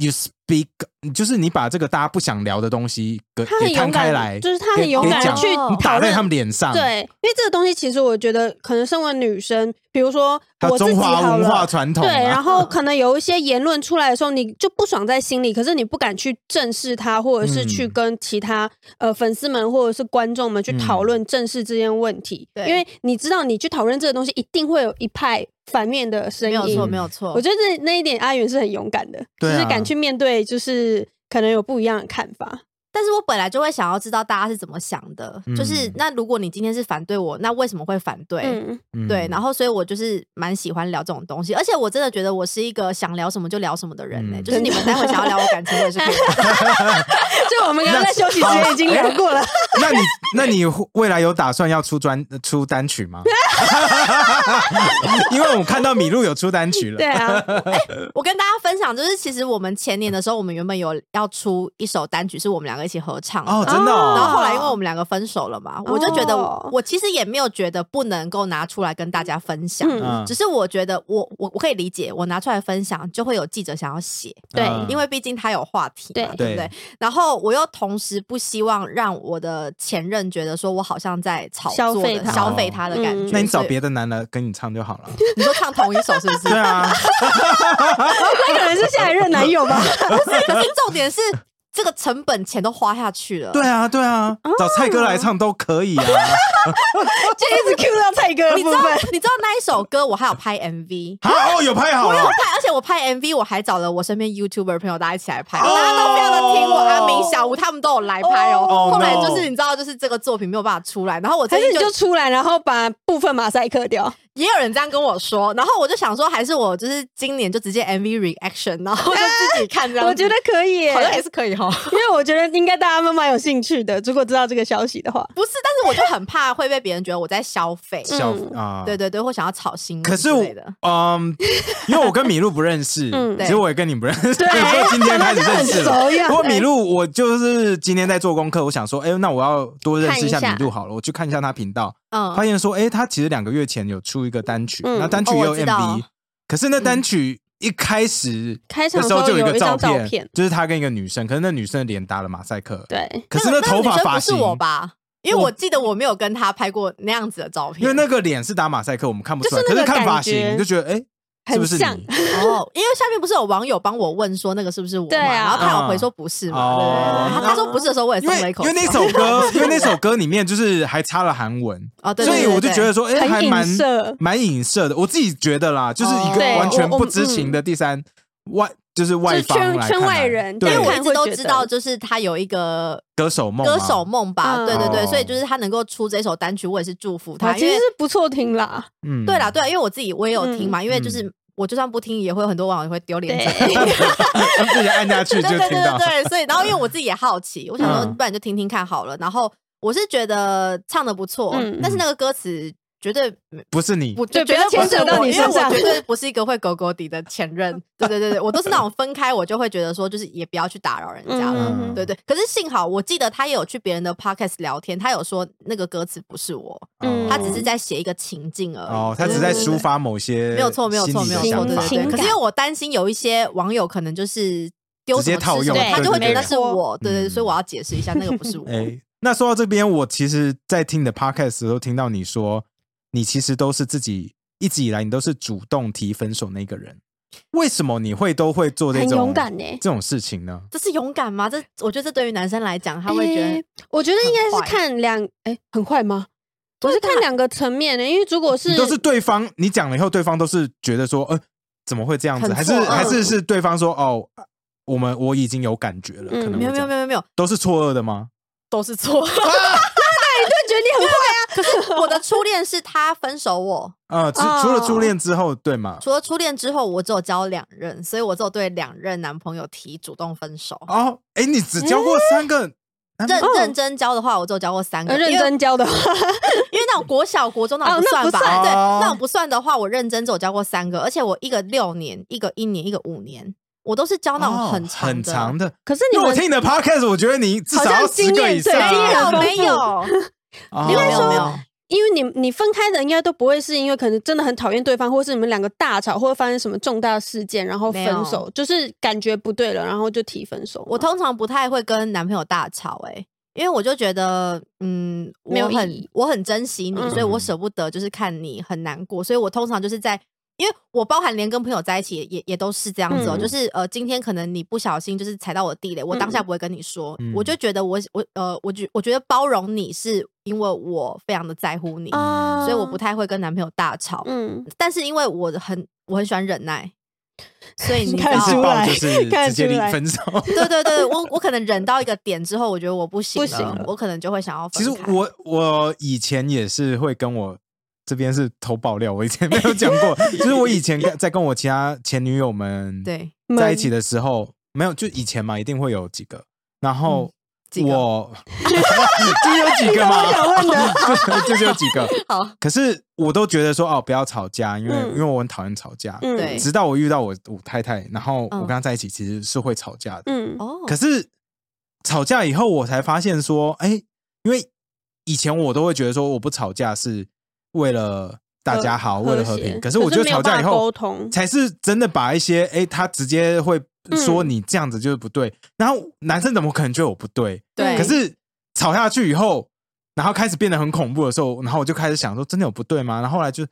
S2: you speak，就是你把这个大家不想聊的东西给
S1: 他很
S2: 给摊
S1: 勇
S2: 开来，
S1: 敢，就是他很
S2: 给
S1: 勇
S2: 给
S1: 敢
S2: 讲
S1: 地去
S3: 哦
S2: 你
S1: 讨
S2: 打在
S1: 论
S2: 他们脸上，
S1: 对，因为这个东西其实我觉得，可能身为女生，比如说
S2: 还有
S1: 我自己
S2: 中华
S1: 好
S2: 文化
S1: 了，
S2: 传统、
S1: 对，
S2: 啊，
S1: 然后可能有一些言论出来的时候，你就不爽在心
S2: [LAUGHS]
S1: 里，可是你不敢去正视它，或者是去
S2: 嗯
S1: 跟其他呃粉丝们或者是观众们去讨
S2: 嗯
S1: 论正视这件问题，
S3: 对
S1: 因为你知道你去讨论这个东西，一定会有一派反面的声
S3: 没有错，
S1: 音。
S3: 没
S2: 嗯
S3: 有错。
S1: 我觉得那那一点阿元是很勇敢的，
S2: 对
S1: 就是
S2: 啊
S1: 敢去面对，就是可能有不一样的看法。
S3: 但是我本来就会想要知道大家是怎么想的，就是
S2: 嗯
S3: 那如果你今天是反对我，那为什么会反对？
S1: 嗯，
S2: 嗯
S3: 对，然后所以我就是蛮喜欢聊这种东西，而且我真的觉得我是一个想聊什么就聊什么的人呢、欸
S2: 嗯
S3: 就是你们待会想要聊我感情，我也是可以聊。
S1: [LAUGHS] 就我们刚刚在休息时间已经聊
S2: [LAUGHS]
S1: 过了，
S2: 那你那你未来有打算要出专出单曲吗？ [LAUGHS] 因为我看到米露有出单曲了，
S1: 对啊，
S3: 我跟大家分享，就是其实我们前年的时候，我们原本有要出一首单曲，是我们两个一起合唱的
S2: 哦，真的、哦，
S3: 然后后来因为我们两个分手了嘛，我就觉得
S1: 哦
S3: 我其实也没有觉得不能够拿出来跟大家分享，
S1: 嗯
S2: 嗯
S3: 只是我觉得我我我可以理解，我拿出来分享就会有记者想要写，
S1: 对
S2: 嗯
S3: 因为毕竟他有话题嘛，
S1: 对
S3: 对不对？然后我又同时不希望让我的前任觉得说我好像在炒
S1: 消
S3: 作
S1: 费
S3: 的
S1: 他
S3: 消费他的感
S1: 嗯
S3: 觉，
S2: 哦那你找
S3: 所以
S2: 别的男的跟你唱就
S1: [LAUGHS]
S2: 好了。
S3: 你说唱同一首是不
S2: [LAUGHS]
S3: 是？
S2: 对啊，
S1: 那可能是下一任男友吧。
S3: 不是，可是重点是这个成本钱都花下去了。
S2: 对啊，对啊，
S1: 哦
S2: 找蔡哥来唱都可
S1: [LAUGHS]
S2: 以啊。
S1: 就一直 Q 到蔡哥的
S3: 你知
S1: 部
S3: 道
S1: 分。，
S3: 你知道那一首歌，我还有拍 MV，
S2: 啊，哦，有拍好
S3: 我有
S2: 了，
S3: 拍，而且我拍 MV，我还找了我身边 YouTuber 朋友大家一起来拍，
S2: 哦
S3: 大家都非常的听我，阿明、小吴他们都有来拍哦。
S2: 哦
S3: 后来
S2: no
S3: 就是你知道，就是这个作品没有办法出来，然后我
S1: 还
S3: 最
S1: 是
S3: 近
S1: 你
S3: 就
S1: 就出来，然后把部分马赛克掉？
S3: 也有人这样跟我说，然后我就想说，还是我就是今年就直接 MV reaction，然后就自己看这样子。
S1: [LAUGHS] 我觉得可以耶，
S3: 好像也是可
S1: [LAUGHS]
S3: 以哈。
S1: 因为我觉得应该大家都蛮有兴趣的。如果知道这个消息的话，
S3: 不是，但是我就很怕会被别人觉得我在消费，
S2: 小
S1: 嗯
S2: 啊，
S3: 对对对，或想要炒新闻
S2: 可是
S3: 之
S2: 我
S3: 类的。
S2: 嗯，因为我跟米露不认识，
S1: 嗯
S2: 其实我也跟你不认识，
S1: 对
S2: [LAUGHS] 我今天开始认
S1: [LAUGHS]
S2: 识
S1: 好像很熟
S2: 了
S1: 一。
S2: [LAUGHS]
S1: 样
S2: 不过米露，我就是今天在做功课，我想说，哎、那我要多认识一下
S1: 看一
S2: 米
S1: 下
S2: 露好了，我去看一下他频道，
S3: 嗯
S2: 发，现说，哎、他其实两个月前有出一个单曲，
S1: 嗯
S2: 那单曲
S3: 哦
S2: 也
S3: 我
S2: 有
S3: 知道
S2: MV，、可是那单曲一开始
S1: 开
S2: 的
S1: 场的
S2: 时候
S1: 有
S2: 就一个
S1: 一张照
S2: 片，
S1: 片，
S2: 就是他跟一个女生，可是那女生的脸打了马赛克，
S1: 对，
S2: 可是
S3: 那个那
S2: 头
S3: 个
S2: 发
S3: 女生
S2: 发
S3: 不是
S2: 型
S3: 我吧？因为
S2: 我
S3: 我记得我没有跟他拍过那样子的照片，
S2: 因为那个脸是打马赛克，我们看不出来，
S1: 就是那个
S2: 可是看发
S1: 感觉
S2: 型你就觉得，哎、是不
S1: 很
S2: 是
S1: 像
S2: 你？
S3: 哦，因为下面不是有网友帮我问说那个是不是我嘛，
S1: 对啊
S3: 然后看我回说不是嘛，
S2: 嗯
S3: 对对对
S1: 哦
S3: 对，他他说不是的时候我也
S2: 因
S3: 松
S2: 为
S3: 了一口
S2: 因为
S3: 气。
S2: 那首歌，因为那首歌里面就是还插了韩文，
S3: 哦，对，
S2: 所以
S3: 对
S2: 我就觉得，说，哎，还
S1: 很
S2: 蛮
S1: 影射。
S2: 蛮影射的。我自己觉得啦，就是一
S3: 哦嗯
S2: 个
S1: 对
S2: 完全
S1: 我我
S2: 不知情的第三外，就是外
S1: 就是圈
S2: 方来
S1: 圈
S2: 看
S1: 外
S2: 来
S1: 人
S3: 对
S2: 对
S3: 因为我
S1: 看
S3: 一直都
S1: 会觉得
S3: 知道，就是他有一个
S2: 歌手梦嘛，啊
S3: 歌手梦吧，
S1: 嗯
S3: 对对对，
S2: 哦
S3: 所以就是他能够出这首单曲，我也是祝福
S1: 啊
S3: 他，
S1: 其
S3: 因
S1: 实
S3: 为
S1: 是不错听啦，
S2: 嗯，
S3: 对啦，对啦，因为我自己我也有听嘛，因为就是。我就算不听，也会有很多网友会丢脸。
S2: 自己按下去
S3: 对
S2: 就
S3: 对对
S2: 听到
S3: 对，对，所以然后因为我自己也好奇，我想说
S2: 嗯
S3: 不然就听听看好了。然后我是觉得唱的不错，
S1: 嗯
S3: 但是那个歌词绝对
S2: 不是你
S3: 不
S1: 对
S3: 就绝
S1: 不要
S3: 对不
S1: 牵
S3: 是
S1: 扯到
S3: 我
S1: 你
S3: 因为
S1: 身
S3: 我
S1: 上 [LAUGHS]
S3: 绝对不是一个会狗狗底的前任。对对对对，我都是那种分开，我就会觉得说，就是也不要去打扰人家了。
S1: 嗯
S3: 对对，可是幸好我记得他也有去别人的 podcast 聊天，他有说那个歌词不是我，
S1: 嗯
S3: 他只是在写一个情境而已。
S2: 哦，他只是在
S3: 对对对
S2: 抒发某些
S3: 没有错，没有错，
S2: 心
S3: 没
S2: 里
S3: 有
S2: 的想
S3: 错，对
S2: 法
S3: 对
S1: 情
S3: 对。可是
S1: 感
S3: 因为我担心有一些网友可能就是丢
S2: 直接
S3: 什么吃
S2: 套用
S3: 什么
S1: 对
S3: 他就会觉
S1: 没
S3: 得那是我，
S2: 对
S3: 对
S2: 对
S3: 对，
S2: 对
S3: 对所以我要解释一下，那个不是我。
S2: 嗯 [LAUGHS] 哎，那说到这边，我其实，在听你的 podcast 的时候，听到你说，你其实都是自己一直以来，你都是主动提分手那个人。为什么你会都会做这
S1: 很
S2: 种
S1: 勇敢呢、
S2: 这种事情呢？
S3: 这是勇敢吗？这我觉得这对于男生来讲，他会觉
S1: 诶
S3: 得
S1: 我觉得应该
S3: 很
S1: 是
S3: 坏
S1: 看两哎、很坏吗？我是看两个层面的、因为如果是
S2: 你都是对方，你讲了以后，对方都是觉得说，呃，怎么会这样子？
S3: 很
S2: 还是
S3: 错愕
S2: 还是是对方说，哦，我们我已经有感觉了，
S1: 嗯
S2: 可能
S3: 没有
S2: 会这
S3: 没有
S2: 样
S3: 没有没有，
S2: 都是错愕的吗？
S3: 都是错。
S1: 觉得你很坏，
S3: 我的初恋是他分手我，
S2: 呃，除除了初恋之后，对吗？
S3: 除了初恋之后，我只有交两任，所以我只有对两任男朋友提主动分手。
S2: 哦，哎，你只交过三个，
S3: 认
S1: 哦
S3: 认真交的话，我只有交过三个，
S1: 呃认
S3: 因为
S1: 真教的话，
S3: 因为那种国小、国中那种不算
S1: 哦那
S2: 不
S3: 吧？
S2: 算
S3: 对，
S2: 哦
S3: 那种不算的话，我认真只有教过三个，而且我一个六年，一个一年，一个五年，我都是教那种
S2: 哦
S3: 很长的。
S2: 很长的。
S1: 可是你
S2: 因为我
S1: 们
S2: 听你的 podcast，我觉得你至少
S1: 好
S2: 要
S1: 像
S2: 十个以上
S1: 经验
S2: 啊，
S1: 对经验很丰
S3: 没有没
S1: 富
S3: 有，
S2: 哦
S3: 没有没有没有，
S1: 因为你你分开的应该都不会是因为可能真的很讨厌对方，或是你们两个大吵，或者发生什么重大事件，然后分
S3: 没
S1: 手，就是感觉不对了，然后就提分手嘛。
S3: 我通常不太会跟男朋友大吵、欸，因为我就觉得，嗯，
S1: 没有
S3: 我
S1: 意
S3: 很
S1: 义
S3: 我很珍惜你，
S1: 嗯
S3: 所以我舍不得，就是看你很难过，所以我通常就是在。因为我包含连跟朋友在一起也也也都是这样子哦、
S1: 嗯
S3: 就是呃，今天可能你不小心就是踩到我的地雷，我当下不会跟你说，
S2: 嗯
S3: 我就觉得我我呃，我觉我觉得包容你是因为我非常的在乎你，
S1: 啊
S3: 所以我不太会跟男朋友大吵，
S1: 嗯，
S3: 但是因为我很我很喜欢忍耐，
S1: [LAUGHS]
S3: 所以你知
S1: 看
S3: 道
S2: 自
S1: 出
S2: 爆
S1: 来
S2: 就是直接离分手。
S3: 对对对，我我可能忍到一个点之后，我觉得我不行
S1: 不
S3: 了，
S1: 行了
S3: 我可能就会想要
S2: 其
S3: 分
S2: 实
S3: 开。
S2: 我我以前也是会跟我这边是偷爆料，我以前没有讲过，就是我以前跟在跟我其他前女友们
S3: 对
S2: 在一
S1: 嗯
S2: 起的时候，没有就以前嘛，一定会有几个，然后
S3: 嗯几个 [LAUGHS]
S2: 我就是有几个嘛，就就是有几个，
S3: [LAUGHS] 好，
S2: 可是我都觉得说哦，不要吵架，因为、
S1: 嗯
S2: 因为我很讨厌吵架。
S1: [LAUGHS] 嗯
S3: 对
S2: 直到我遇到我我太太，然后我
S3: 嗯
S2: 跟她在一起，其实是会吵架的。
S1: 嗯
S3: 哦，
S2: 可是吵架以后，我才发现说，哎、因为以前我都会觉得说，我不吵架是为了大家好，
S1: 和
S2: 为了和
S1: 和谐
S2: 平。可是我觉
S1: 可是没
S2: 得
S1: 有
S2: 吵架以
S1: 办法沟
S2: 后
S1: 通，
S2: 才是真的把一些，哎、他直接会说
S1: 嗯
S2: 你这样子就是不对，然后男生怎么可能觉得我不对？
S3: 对，
S2: 可是吵下去以后，然后开始变得很恐怖的时候，然后我就开始想说，真的有不对吗？然后后来就，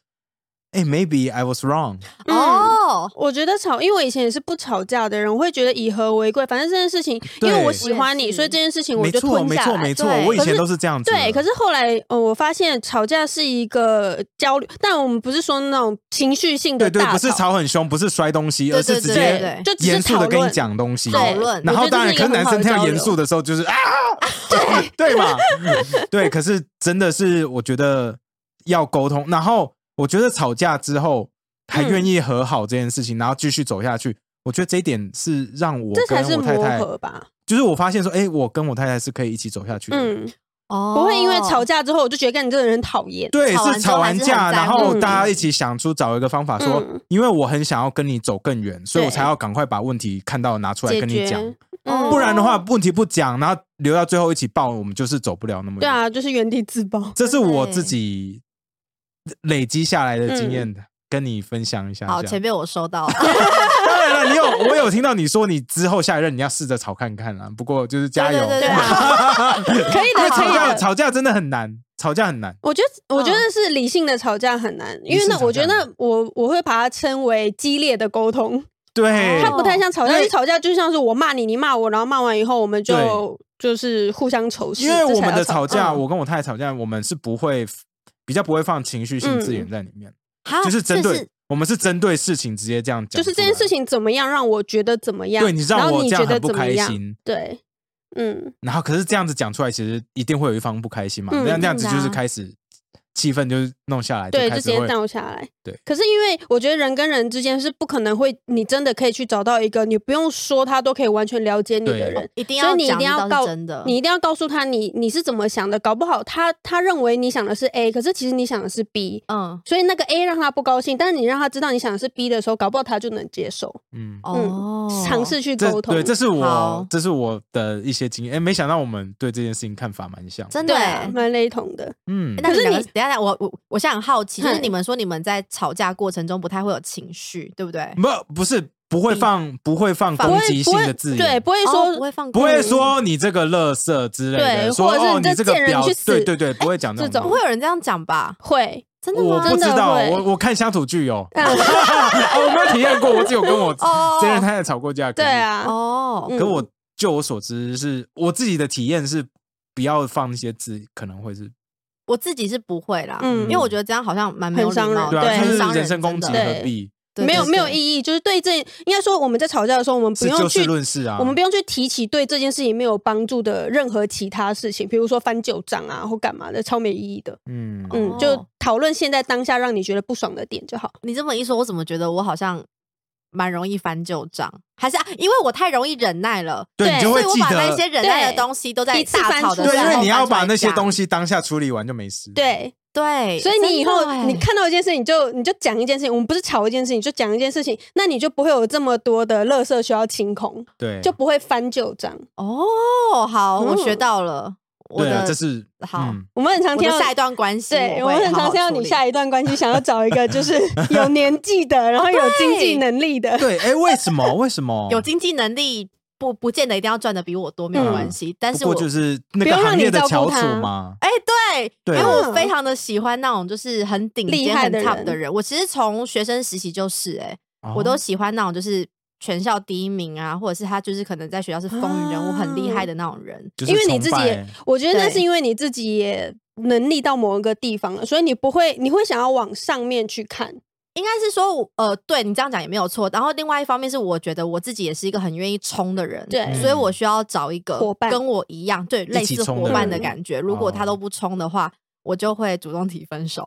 S2: 哎、m a y b e I was wrong。
S3: 哦，
S1: 嗯我觉得吵，因为我以前也是不吵架的人，我会觉得以和为贵，反正这件事情，因
S2: 对
S1: 为我喜欢
S3: 我也
S1: 你，
S3: 是
S1: 所以这件事情哎我
S2: 没
S1: 就
S2: 错，
S1: 吞
S2: 没
S1: 下
S2: 错，
S1: 来。
S2: 没错，
S3: 对
S2: 我以前
S1: 可是
S2: 都是这样子的。
S1: 对，可是后来，呃，我发现吵架是一个交流，但我们不是说那种情绪性的
S2: 对对，
S1: 大
S2: 不是吵很凶，不是摔东西，而是直
S3: 对
S2: 接
S3: 对
S1: 就只是
S2: 严肃的
S1: 讨
S2: 跟你
S1: 论
S2: 讲东西。
S3: 讨论
S2: 然
S1: 我觉
S2: 后
S1: 得
S2: 当
S1: 这是
S2: 然，可
S1: 一
S2: 是
S1: 个很
S2: 男
S1: 好
S2: 生
S1: 的
S2: 听到
S1: 交
S2: 严
S1: 流
S2: 肃的时
S1: [LAUGHS]
S2: 候就是啊，对对嘛，嗯对。可是真的是，我觉得要沟通。然后我觉得吵架之后还愿意和好这件事
S3: 嗯
S2: 情，然后继续走下去，我觉得这一点是让我
S1: 这才
S2: 跟
S1: 是
S2: 我太
S1: 磨
S2: 太，
S1: 合吧。
S2: 就是我发现说，哎，我跟我太太是可以一起走下去的。
S1: 嗯，
S3: 哦，
S1: 不会因为吵架之后我就觉得干你这个人很讨厌。
S2: 对，
S3: 吵完
S2: 是
S3: 之后
S2: 吵完
S3: 还是
S2: 架，
S3: 很在
S2: 然
S3: 乎
S2: 后
S1: 嗯
S2: 大家一起想出找一个方法说，
S1: 嗯
S2: 因为我很想要跟你走更远，所以我
S3: 对
S2: 才要赶快把问题看到拿出来
S1: 解
S2: 跟你
S1: 决
S2: 讲，
S1: 嗯
S2: 不然的
S3: 哦
S2: 话问题不讲，然后留到最后一起爆，我们就是走不了那么远。
S1: 对，啊，就是原地自爆。
S2: 这是我
S3: 对
S2: 自己累积下来的经验，跟你分享一下。
S3: 嗯好，
S2: 这样
S3: 前面我收到了，
S1: [LAUGHS]
S2: 当然了，你有我有听到你说你之后下一任你要试着吵看看啊，不过就是加油，
S3: 对对对对
S2: [LAUGHS]
S1: 可以
S2: 因为
S1: 的，可
S2: 吵
S1: 以
S2: 架
S1: 的。
S2: 吵架真的很难，吵架很难。
S1: 我觉得，我觉
S3: 嗯
S1: 得是理性的吵架很难，因
S2: 理
S1: 为
S2: 性
S1: 那
S2: 吵
S1: 我觉
S2: 架
S1: 得
S2: 很
S1: 那我我会把它称为激烈的沟通，
S2: 对，
S1: 它不太像吵架，
S2: 因
S1: 因
S2: 为
S1: 为吵架就像是我骂你，你骂我，然后骂完以后我们就就是互相仇视。
S2: 因为
S1: 这
S2: 我
S1: 才
S2: 们
S1: 叫
S2: 的吵架，
S1: 嗯
S2: 我跟我太太吵架，我们是不会比较不会放情绪性字
S1: 嗯
S2: 眼在里面，
S3: 哈
S2: 就是针
S3: 这
S2: 对我们是针对事情直接这样讲出
S1: 啊就
S2: 来，
S1: 是这件事情怎么样让我觉得怎么样，
S2: 对你
S1: 然
S2: 让
S1: 后
S2: 我
S1: 你
S2: 这
S1: 觉
S2: 样
S1: 得
S2: 很不
S1: 怎么
S2: 开
S1: 样？
S2: 心，
S1: 对，嗯，
S2: 然后可是这样子讲出来，其实一定会有一方不开心嘛，
S1: 嗯
S2: 那、样这样子
S3: 真
S2: 就
S3: 的啊
S2: 是开始气氛就是弄下来，
S1: 对，
S2: 就
S1: 就
S2: 开
S1: 直
S2: 始
S1: 接
S2: 会
S1: 倒下来。
S2: 对
S1: 可是因为我觉得人跟人之间是不可能会，你真的可以去找到一个你不用说他都可以完全了解你的
S2: 对
S1: 人。
S3: 哦一定
S1: 所以
S3: 要
S1: 你一
S3: 讲
S1: 定要
S3: 这倒
S1: 告
S3: 是真的，
S1: 你一定要告诉他你你是怎么想的，搞不好他他认为你想的是 A，可是其实你想的是 B，
S3: 嗯
S1: 所以那个 A 让他不高兴，但是你让他知道你想的是 B 的时候，搞不好他就能接受，
S2: 嗯，
S3: 哦，
S1: 尝试去
S2: 这
S1: 沟通。
S2: 对，这是我
S3: 好
S2: 这是我的一些经验。哎，没想到我们对这件事情看法蛮像的。
S3: 真的
S1: 对
S3: 欸
S1: 啊，。蛮雷同的。
S2: 嗯，
S3: 那
S1: 可是
S3: 两个
S1: 你嗯
S3: 等一下，等一下我我我现在很好奇，就是
S1: 嗨
S3: 你们说你们在吵架过程中不太会有情绪，对不对？
S2: 不不是不会放不会放攻击性的字
S1: 对，
S2: 眼，
S1: 不会
S3: 哦不
S1: 说
S3: 会放
S2: [LAUGHS] 不
S3: 空
S2: 会
S3: 你
S2: 说你这个垃圾之类的，
S1: 对
S2: 说
S1: 或者是
S2: 哦
S1: 你这
S2: 这个
S1: 贱人
S2: 表
S1: 你去，死
S2: 对对对，不会讲
S1: 这
S2: 种
S1: 种
S3: 不会有人这样讲吧？
S1: 会，
S2: 嗯
S3: 真的
S2: 我
S3: 吗？
S2: 不
S1: 真
S2: 知
S1: 的
S2: 道，
S1: 会
S2: 我我看乡土
S1: [LAUGHS]
S2: 剧 [LAUGHS] 哦，
S1: 嗯，
S2: 我没有体验过，我只
S1: [LAUGHS]
S2: 有跟我
S3: 哦
S2: 真人太太吵过架。可
S1: 对
S2: 是，
S1: 啊， [LAUGHS]
S3: 哦，
S1: 嗯
S2: 可我就我所知是，我自己的体验是不要放那些字，可能会是
S3: 我自己是不会啦，
S1: 嗯
S3: 因为我觉得这样好像蛮没有
S1: 很
S3: 礼
S1: 伤人
S3: 貌
S2: 对
S3: 的，
S1: 哦对
S2: 啊，就
S3: 很
S2: 是
S3: 伤
S2: 人身攻击
S3: 真
S1: 对
S3: 的
S2: 何必？
S3: 对
S1: 没有没有
S3: 对
S1: 意义，就是对这应该说我们在吵架的时候，我们不
S2: 是
S1: 用
S2: 就
S1: 去
S2: 事论事啊，
S1: 我们不用去提起对这件事情没有帮助的任何其他事情，比如说翻旧账啊或干嘛的，超没意义的。
S2: 嗯
S1: 嗯，
S3: 哦
S1: 就讨论现在当下让你觉得不爽的点就好。
S3: 你这么一说，我怎么觉得我好像蛮容易翻旧账？还是、啊、因为我太容易忍耐了，
S2: 对，
S1: 对
S2: 你就
S3: 所
S2: 会
S3: 以我
S2: 记
S3: 把那
S2: 得
S3: 些忍耐
S1: 对
S3: 的东西都在
S1: 一次
S3: 大
S1: 翻
S3: 吵的
S1: 出
S3: 时
S2: 对，
S1: 来
S3: 候，
S2: 因为你要把那些东
S3: 西，
S2: 西当下处理完就没事。，
S1: 对，
S3: 对，
S1: 所以你以后
S3: 真的欸
S1: 你看到一件事情就你就讲一件事情，我们不是吵一件事情，就讲一件事情，那你就不会有这么多的垃圾需要清空，
S2: 对，
S1: 就不会翻旧账。
S3: 哦，好，我学
S1: 嗯
S3: 到了，我
S2: 对啊，
S3: 的
S2: 这是
S3: 好
S2: 嗯
S1: 我们很常
S3: 我
S1: 听
S3: 的
S1: 到
S3: 下一段关系，
S1: 对，
S3: 我
S1: 我
S3: 会
S1: 很
S3: 好
S1: 常
S3: 好
S1: 听到
S3: 处
S1: 你
S3: 理
S1: 下
S2: 哦
S1: 一段关系想要找一个就是有年纪
S3: [LAUGHS]
S1: 的，然后有经济
S3: 哦对
S1: 能力的。
S2: 对，哎，为什么？为什
S1: [LAUGHS]
S2: 么？
S3: 有经济能力。不，不见得一定要赚的比我多，没
S1: 嗯
S3: 有关系。但
S2: 不
S3: 是
S2: 过
S3: 我
S2: 就是那
S1: 不
S2: 个
S1: 用让
S2: 行
S1: 你
S2: 业的
S1: 照顾
S2: 翘楚
S1: 他
S2: 嘛。
S3: 哎、对，
S2: 对
S3: 因为
S1: 嗯
S3: 我非常的喜欢那种就是很顶
S1: 厉
S3: 尖、
S1: 害
S3: 很
S1: 的
S3: top
S1: 人
S3: 的人。我其实从学生时期就是、哎，我都
S2: 哦
S3: 喜欢那种就是全校第一名啊，或者是他就是可能在学校是风云人物、
S1: 啊
S3: 很厉害的那种人。
S2: 就是
S1: 因为你
S2: 崇
S1: 自己也
S2: 拜，
S1: 我觉得那是
S3: 对
S1: 因为你自己也能力到某一个地方了，所以你不会，你会想要往上面去
S3: [LAUGHS]
S1: 看。
S3: 应该是说我，呃，对你这样讲也没有错。然后另外一方面是，我觉得我自己也是一个很愿意冲的人，
S1: 对
S3: 所以我需要找一个
S1: 伙伴
S3: 跟我一样，对，类
S2: 嗯起
S3: 似
S2: 冲
S3: 伙
S2: 的哦
S3: 伴的
S1: 人
S3: 感觉。如果他都不冲的话，我就会主动提分手。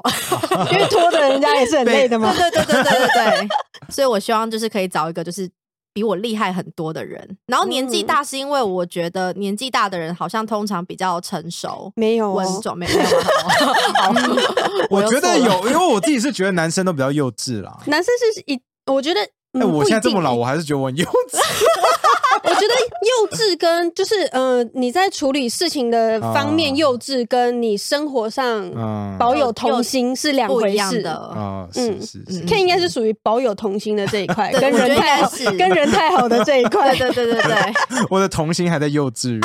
S1: 因为拖着人家也是很累的
S3: [LAUGHS]
S1: 嘛。
S3: 对对对对对对对，所以我希望就是可以找一个就是比我厉害很多的人。然后年
S1: 嗯
S3: 纪大是因为我觉得年纪大的人好像通常比较成熟、
S1: 没有、
S3: 稳
S1: 哦，
S3: 重，没有没有
S1: [LAUGHS]
S3: [LAUGHS] 好
S2: 我
S3: 又
S2: 觉得
S3: 错了
S2: 有，因为我自己是觉得男生都比较幼稚啦。
S1: 男生是一，我觉得。嗯
S2: 哎，我现在这么老，，
S3: 啊
S1: 不一定
S2: 我还是觉得我很幼稚。
S1: [LAUGHS] 我觉得幼稚跟就是呃，你在处理事情的方面
S2: 啊
S1: 幼稚，跟你生活上
S2: 嗯，
S1: 保有童心是两
S3: [LAUGHS] 啊不
S1: 回
S3: 一样
S1: 事。
S3: 的。嗯
S2: 啊，
S1: 嗯
S2: 是是是，
S1: Ken 应该是属于保有童心的这一块，
S3: 对
S1: 跟
S3: 我觉
S1: 人
S3: 得应
S1: 太
S3: 该
S1: 好
S3: 是，
S1: 跟人太好的这一块
S3: [LAUGHS] 对，对对对对，
S2: 我的童心还在幼稚
S1: [LAUGHS]
S2: 园。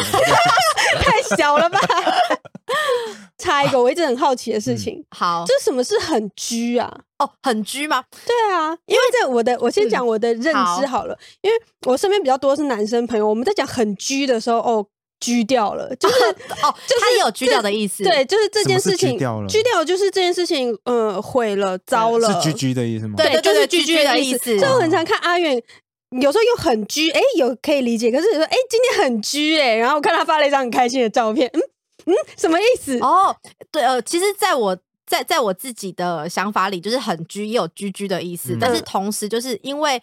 S1: 太小了吧？ [LAUGHS] 插一个，我一直很好奇的
S3: 嗯
S1: 事情， [LAUGHS]
S3: 好
S1: 这什么是很拘啊？
S3: 哦，很拘吗？
S1: 对啊，因为在我的我先讲我的认知
S3: 嗯好
S1: 好了，因为我身边比较多是男生朋友，我们在讲很拘的时候，哦，拘掉了，就是
S3: 哦，他也有拘掉的意思。
S1: 对，就是这件事
S2: 什么是
S1: 情
S2: 拘掉了
S1: 拘掉就是这件事情，呃，毁了，糟了，
S2: 是 GG 的意思吗？
S1: 对，
S3: 对
S1: 就
S3: 对
S1: 是
S3: 对
S1: 居居
S3: 居居
S1: 的
S3: 的
S1: 意
S3: 意
S1: 思。
S3: 思
S1: 所以我很常看阿远，有时候又很居，哎、有可以理解，可是有时候哎、今天很居哎、然后我看他发了一张很开心的照片，嗯嗯，什么意思？
S3: 哦，对，呃，其实在我在在我自己的想法里，就是很居也有居居的意思，
S2: 嗯
S3: 但是同时就是因为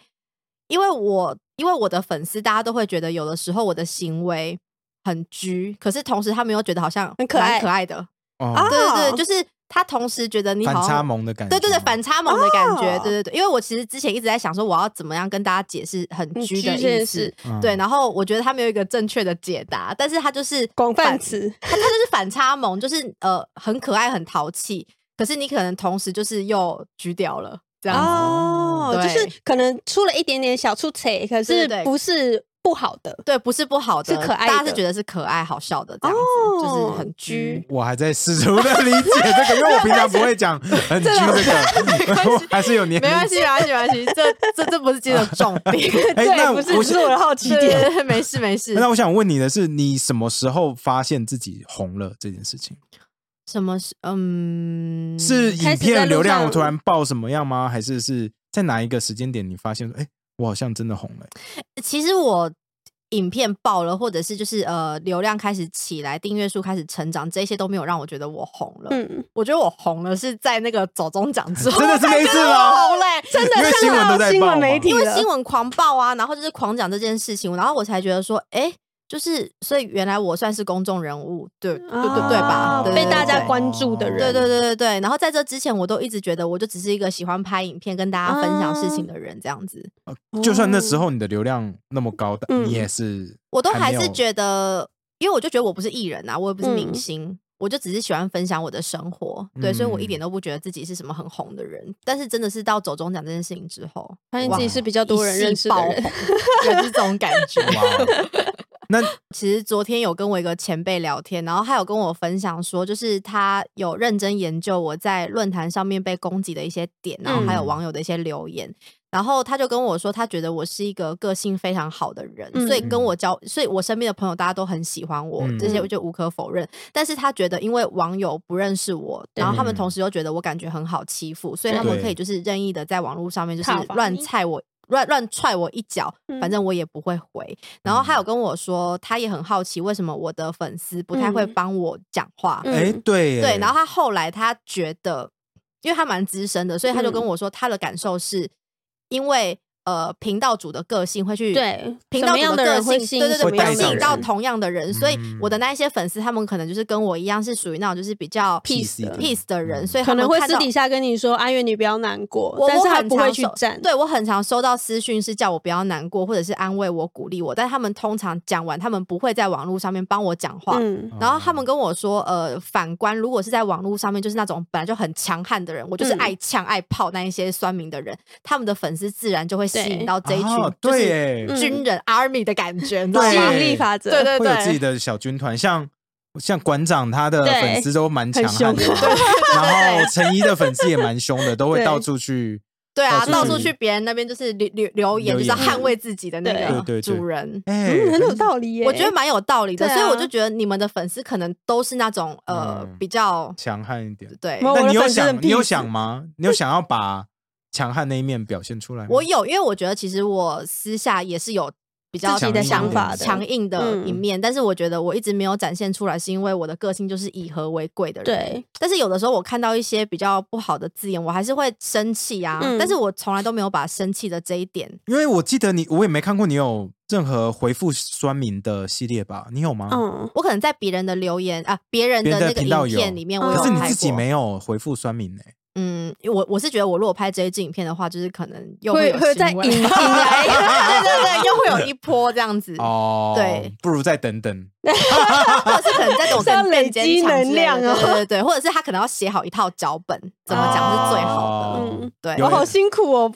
S3: 因为我因为我的粉丝，大家都会觉得有的时候我的行为很居，可是同时他们又觉得好像
S1: 很可爱
S3: 蛮可爱的，
S1: 啊
S2: 哦，
S3: 对对对，就是他同时觉得你
S2: 反
S3: 好
S2: 差
S3: 像。
S2: 萌的感觉。
S3: 对对对，反差萌的感觉，
S1: 哦
S3: 对对对，因为我其实之前一直在想说，我要怎么样跟大家解释很
S1: 很
S3: 居
S1: 居
S3: 的
S1: 这
S3: 意
S1: 件
S3: 思
S1: 事，
S2: 嗯
S3: 对，然后我觉得他没有一个正确的解答，但是他就是
S1: 广泛
S3: 反
S1: 词，
S3: 它它就是反差萌，就是呃很可爱很淘气，可是你可能同时就是又橘掉了这样子。
S1: 哦，就
S3: 对
S1: 是可能出了一点点小出彩，可是
S3: 对对对
S1: 不是不好的。
S3: 对，不是不好的，
S1: 是可爱的
S3: 大家是觉得是可爱好笑的这样子，就是
S1: 哦
S3: 很橘。
S2: 我还在试图的理解这个，因为我平常不会讲
S1: [LAUGHS]
S2: 很 G 这个，
S3: 关系
S2: [LAUGHS] 我还是有
S1: 嗯
S2: 年
S3: 没关
S2: 龄。
S3: 系，没关系，没关系，这这这不是今天的重
S1: [LAUGHS]
S3: 点，
S2: 哎，
S1: 对，
S2: 那
S1: 不是，
S2: 我
S1: 不是我的好奇
S3: 对
S1: 点。
S3: 对对， [LAUGHS] 没事没事。
S2: 那我想问你的是，你什么时候发现自己红了这件事情？
S3: 什么是嗯？
S2: 是
S1: 嗯开始在
S2: 影片
S1: 路
S2: 流量
S1: 上
S2: 突然爆什么样吗？还是是在哪一个时间点你发现说，哎，我好像真的红了？
S3: 其实我影片爆了，或者是就是呃流量开始起来，订阅数开始成长，这些都没有让我觉得我红了。
S1: [LAUGHS] 嗯，
S3: 我觉得我红了是在那个走中奖之后，
S2: 真的是
S3: [LAUGHS]
S2: 那一次吗？
S3: 红欸嘞、
S1: 真的
S2: 因为
S1: 上
S2: 新闻
S1: 到
S2: 都在
S1: 新
S2: 报
S1: 闻
S2: 嘛
S1: 媒体
S3: 因为
S1: 了
S3: 啊新闻狂爆啊，然后就是狂讲这件事情，然后我才觉得说，哎、就是所以原来我算是公众人物，对对对对吧？
S1: 啊
S3: 对
S1: 被
S3: 对
S1: 大家
S3: 对
S1: 关注的人
S3: 对对对对对，然后在这之前，我都一直觉得我就只是一个喜欢拍影片跟大家分享事情的人，这样子，
S2: 就算那时候你的流量那么高，但
S1: 哦嗯
S2: 你也是，
S3: 我都还
S2: 还
S3: 是
S2: 得
S3: 觉得，因为我就觉得我不是艺人啊，我也不是明
S1: 嗯
S3: 星，我就只是喜欢分享我的生活，对，所以我
S2: 嗯
S3: 一点都不觉得自己是什么很红的人。但是真的是到走中奖这件事情之后，
S1: 发现
S3: 哇
S1: 自己是比较多人认识的
S3: 一夕
S1: 人
S3: 爆，红有这种感觉。
S2: 哇哦，
S3: 其实昨天有跟我一个前辈聊天，然后他有跟我分享说，就是他有认真研究我在论坛上面被攻击的一些点，然后还有
S2: 嗯
S3: 网友的一些留言。然后他就跟我说，他觉得我是一个个性非常好的人，
S1: 嗯
S3: 所以跟我交，所以我身边的朋友大家都很喜欢我，
S2: 嗯
S3: 这些我就无可否认。但是他觉得，因为网友不认识我，然后他们
S2: 嗯
S3: 同时又觉得我感觉很好欺负，所以他们
S2: 对
S3: 可以就是任意的在网络上面就是
S1: 挞伐
S3: 乱
S1: 你
S3: 踹我。乱乱踹我一脚，反
S1: 嗯
S3: 正我也不会回。然后他有跟我说，他也很好奇为什么我的粉丝不太会
S1: 嗯
S3: 帮我讲话。
S1: [LAUGHS] 嗯
S2: 哎，对耶，
S3: 对，然后他后来他觉得，因为他蛮资深的，所以他就
S1: 嗯
S3: 跟我说，他的感受是因为呃频道主的个性会去
S1: 对
S3: 频
S1: 什
S3: 道
S1: 么
S3: 主
S1: 样的
S3: 个
S1: 人
S3: 性
S1: 会吸
S3: 对
S1: 引
S3: 对
S1: 什么
S3: 对，不会
S2: 样
S3: 吸
S2: 的
S3: 引到
S2: 人
S3: 同样的人，所以我的
S2: 嗯
S3: 那一些粉丝，他们可能就是跟我一样是属于那种就是比较
S1: Peace 的嗯
S3: peace 的人，所以 [LAUGHS] 他
S1: 可
S3: 们
S1: 能会
S3: 看
S1: 私
S3: 到
S1: 底下跟你说阿月你不要难过
S3: 我，
S1: 但
S3: 我
S1: 是他
S3: 很
S1: 不会
S3: 常
S1: 去
S3: 收
S1: 站，
S3: 对我很常收到私讯是叫我不要难过，或者是安慰我、鼓励我，但他们通常讲完，他们不会在网络上面帮我讲话。
S1: 嗯
S2: 嗯
S3: 然后他们跟我说，呃，反观如果是在网络上面，就是那种本来就很强悍的人，我就是
S1: 嗯
S3: 爱呛、爱泡那一些酸民的人，他们的粉丝自然就会吸引
S1: 对
S3: 到这一群、
S2: 哦
S3: 就
S2: 对
S3: 是
S2: 耶
S1: 嗯
S3: 军人 army 的感觉，你知道
S1: [LAUGHS] 吸
S2: 对
S3: 吗
S1: 引力法则，
S3: 对对
S2: 会有自己
S3: 对，
S2: 的小军团，像像馆长他的
S1: 对
S2: 粉丝都蛮强悍的
S1: 很
S2: 嘛，然后陈怡的粉丝也蛮凶的，都会
S1: 对
S2: 到处去，
S3: 对啊，
S2: 到
S3: 到
S2: 处
S3: 处
S2: 去
S3: 去别人那边就是留留留言，
S2: 哦留
S3: 就是
S2: 言
S3: 捍卫自己的那
S1: 对
S2: 对对对
S3: 个主人。
S2: 哎，
S1: 嗯，很有道理耶，
S3: 我觉得蛮有道理的，
S1: 对啊
S3: 所以我就觉得你们的粉丝可能都是那种呃、
S2: 嗯
S3: 比较
S2: 强悍一点。
S3: 对。
S1: 我
S2: 那
S1: 的
S2: 你有
S1: 粉丝很
S2: 想，你有
S1: peace
S2: 想吗？你有想要把强悍那一面表现出来吗？
S3: 我有，因为我觉得其实我私下也是有比较
S2: 自己的想法的
S3: 强硬的
S1: 嗯
S3: 一面，但是我觉得我一直没有展现出来，是因为我的个性就是以和为贵的人。
S1: 对，
S3: 但是有的时候我看到一些比较不好的字眼，我还是会生气啊。
S1: 嗯
S3: 但是我从来都没有把生气的这一点，
S2: 因为我记得你，我也没看过你有任何回复酸民的系列吧？你有吗？
S1: 嗯，
S3: 我可能在别人的留言啊，别人
S2: 别
S3: 的
S2: 人的
S3: 那个
S2: 频道
S3: 影
S2: 有
S3: 片里面，我有
S2: 可是你
S3: 拍
S2: 自己
S3: 过
S2: 没有回复酸民呢、
S3: 嗯，我我是觉得，我如果拍这一支影片的话，就是可能又
S1: 会
S3: 有
S1: 会
S3: 新
S1: 再
S3: 闻 [LAUGHS]
S1: 引引来
S3: 对对对，又
S2: [LAUGHS]
S3: 会有一波这样子，
S2: 哦，
S3: 嗯对，
S2: 不如再等等。
S3: [LAUGHS] 或者是可能在种
S1: [LAUGHS] 是要
S3: 更
S1: 累
S3: 更坚
S1: 积
S3: 强
S1: 能
S3: 之类的
S1: 量啊
S3: 对对对对，或者是他可能要写好一套脚本，怎么讲是最好的，
S2: 哦
S1: 嗯
S3: 对
S2: 有
S1: 我好辛苦哦，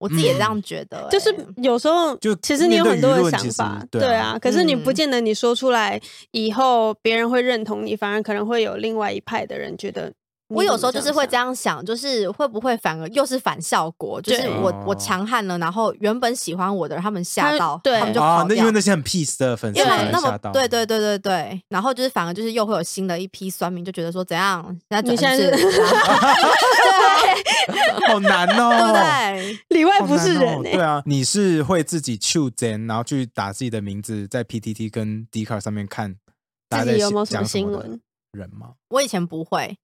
S3: 我自己也
S2: 嗯
S3: 这样觉得、
S1: 就是
S3: 欸
S1: 有时候
S2: 就
S1: 其实你有很多的想
S2: 面
S1: 法
S2: 对舆论其实，对啊
S1: 对啊，可是你不
S3: 嗯
S1: 见得你说出来以后别人会认同你，反而可能会有另外一派的人觉得你
S3: 我
S1: 怎
S3: 有
S1: 么
S3: 时候就是会这
S1: 样
S3: 样想，就是会不会反而又是反效果？就是
S1: 对
S3: 我我
S2: 哦
S3: 强悍了，然后原本喜欢我的人他们吓
S1: 他
S3: 到，
S1: 对
S3: 他们就
S2: 啊
S3: 跑，
S2: 那
S3: 掉
S2: 因为。那些很 peace 的粉丝
S3: 因为他们
S2: 才
S3: 那
S2: 吓
S3: 么
S2: 到，
S3: 对对对对对，然后就是反而就是又会有新的一批酸民就觉得说怎样，人家
S1: 你
S3: 转
S1: 现在
S3: 世
S1: 是
S3: 了
S2: [LAUGHS]
S3: 对
S2: 好难哦，
S3: 对不对？
S1: 想，里外
S2: 好
S1: 不是
S2: 难
S1: 人
S2: 哦
S3: 欸
S1: 哎、
S2: 对啊，你是会自己 c h o o s 然后去打自己的名字在 PTT 跟 d c a r 上面看大家
S1: 自己
S2: 在
S1: 有没有什
S2: 讲
S1: 么
S2: 什
S1: 新
S2: 么的
S1: 闻？
S2: 人吗？
S3: 我以前不会，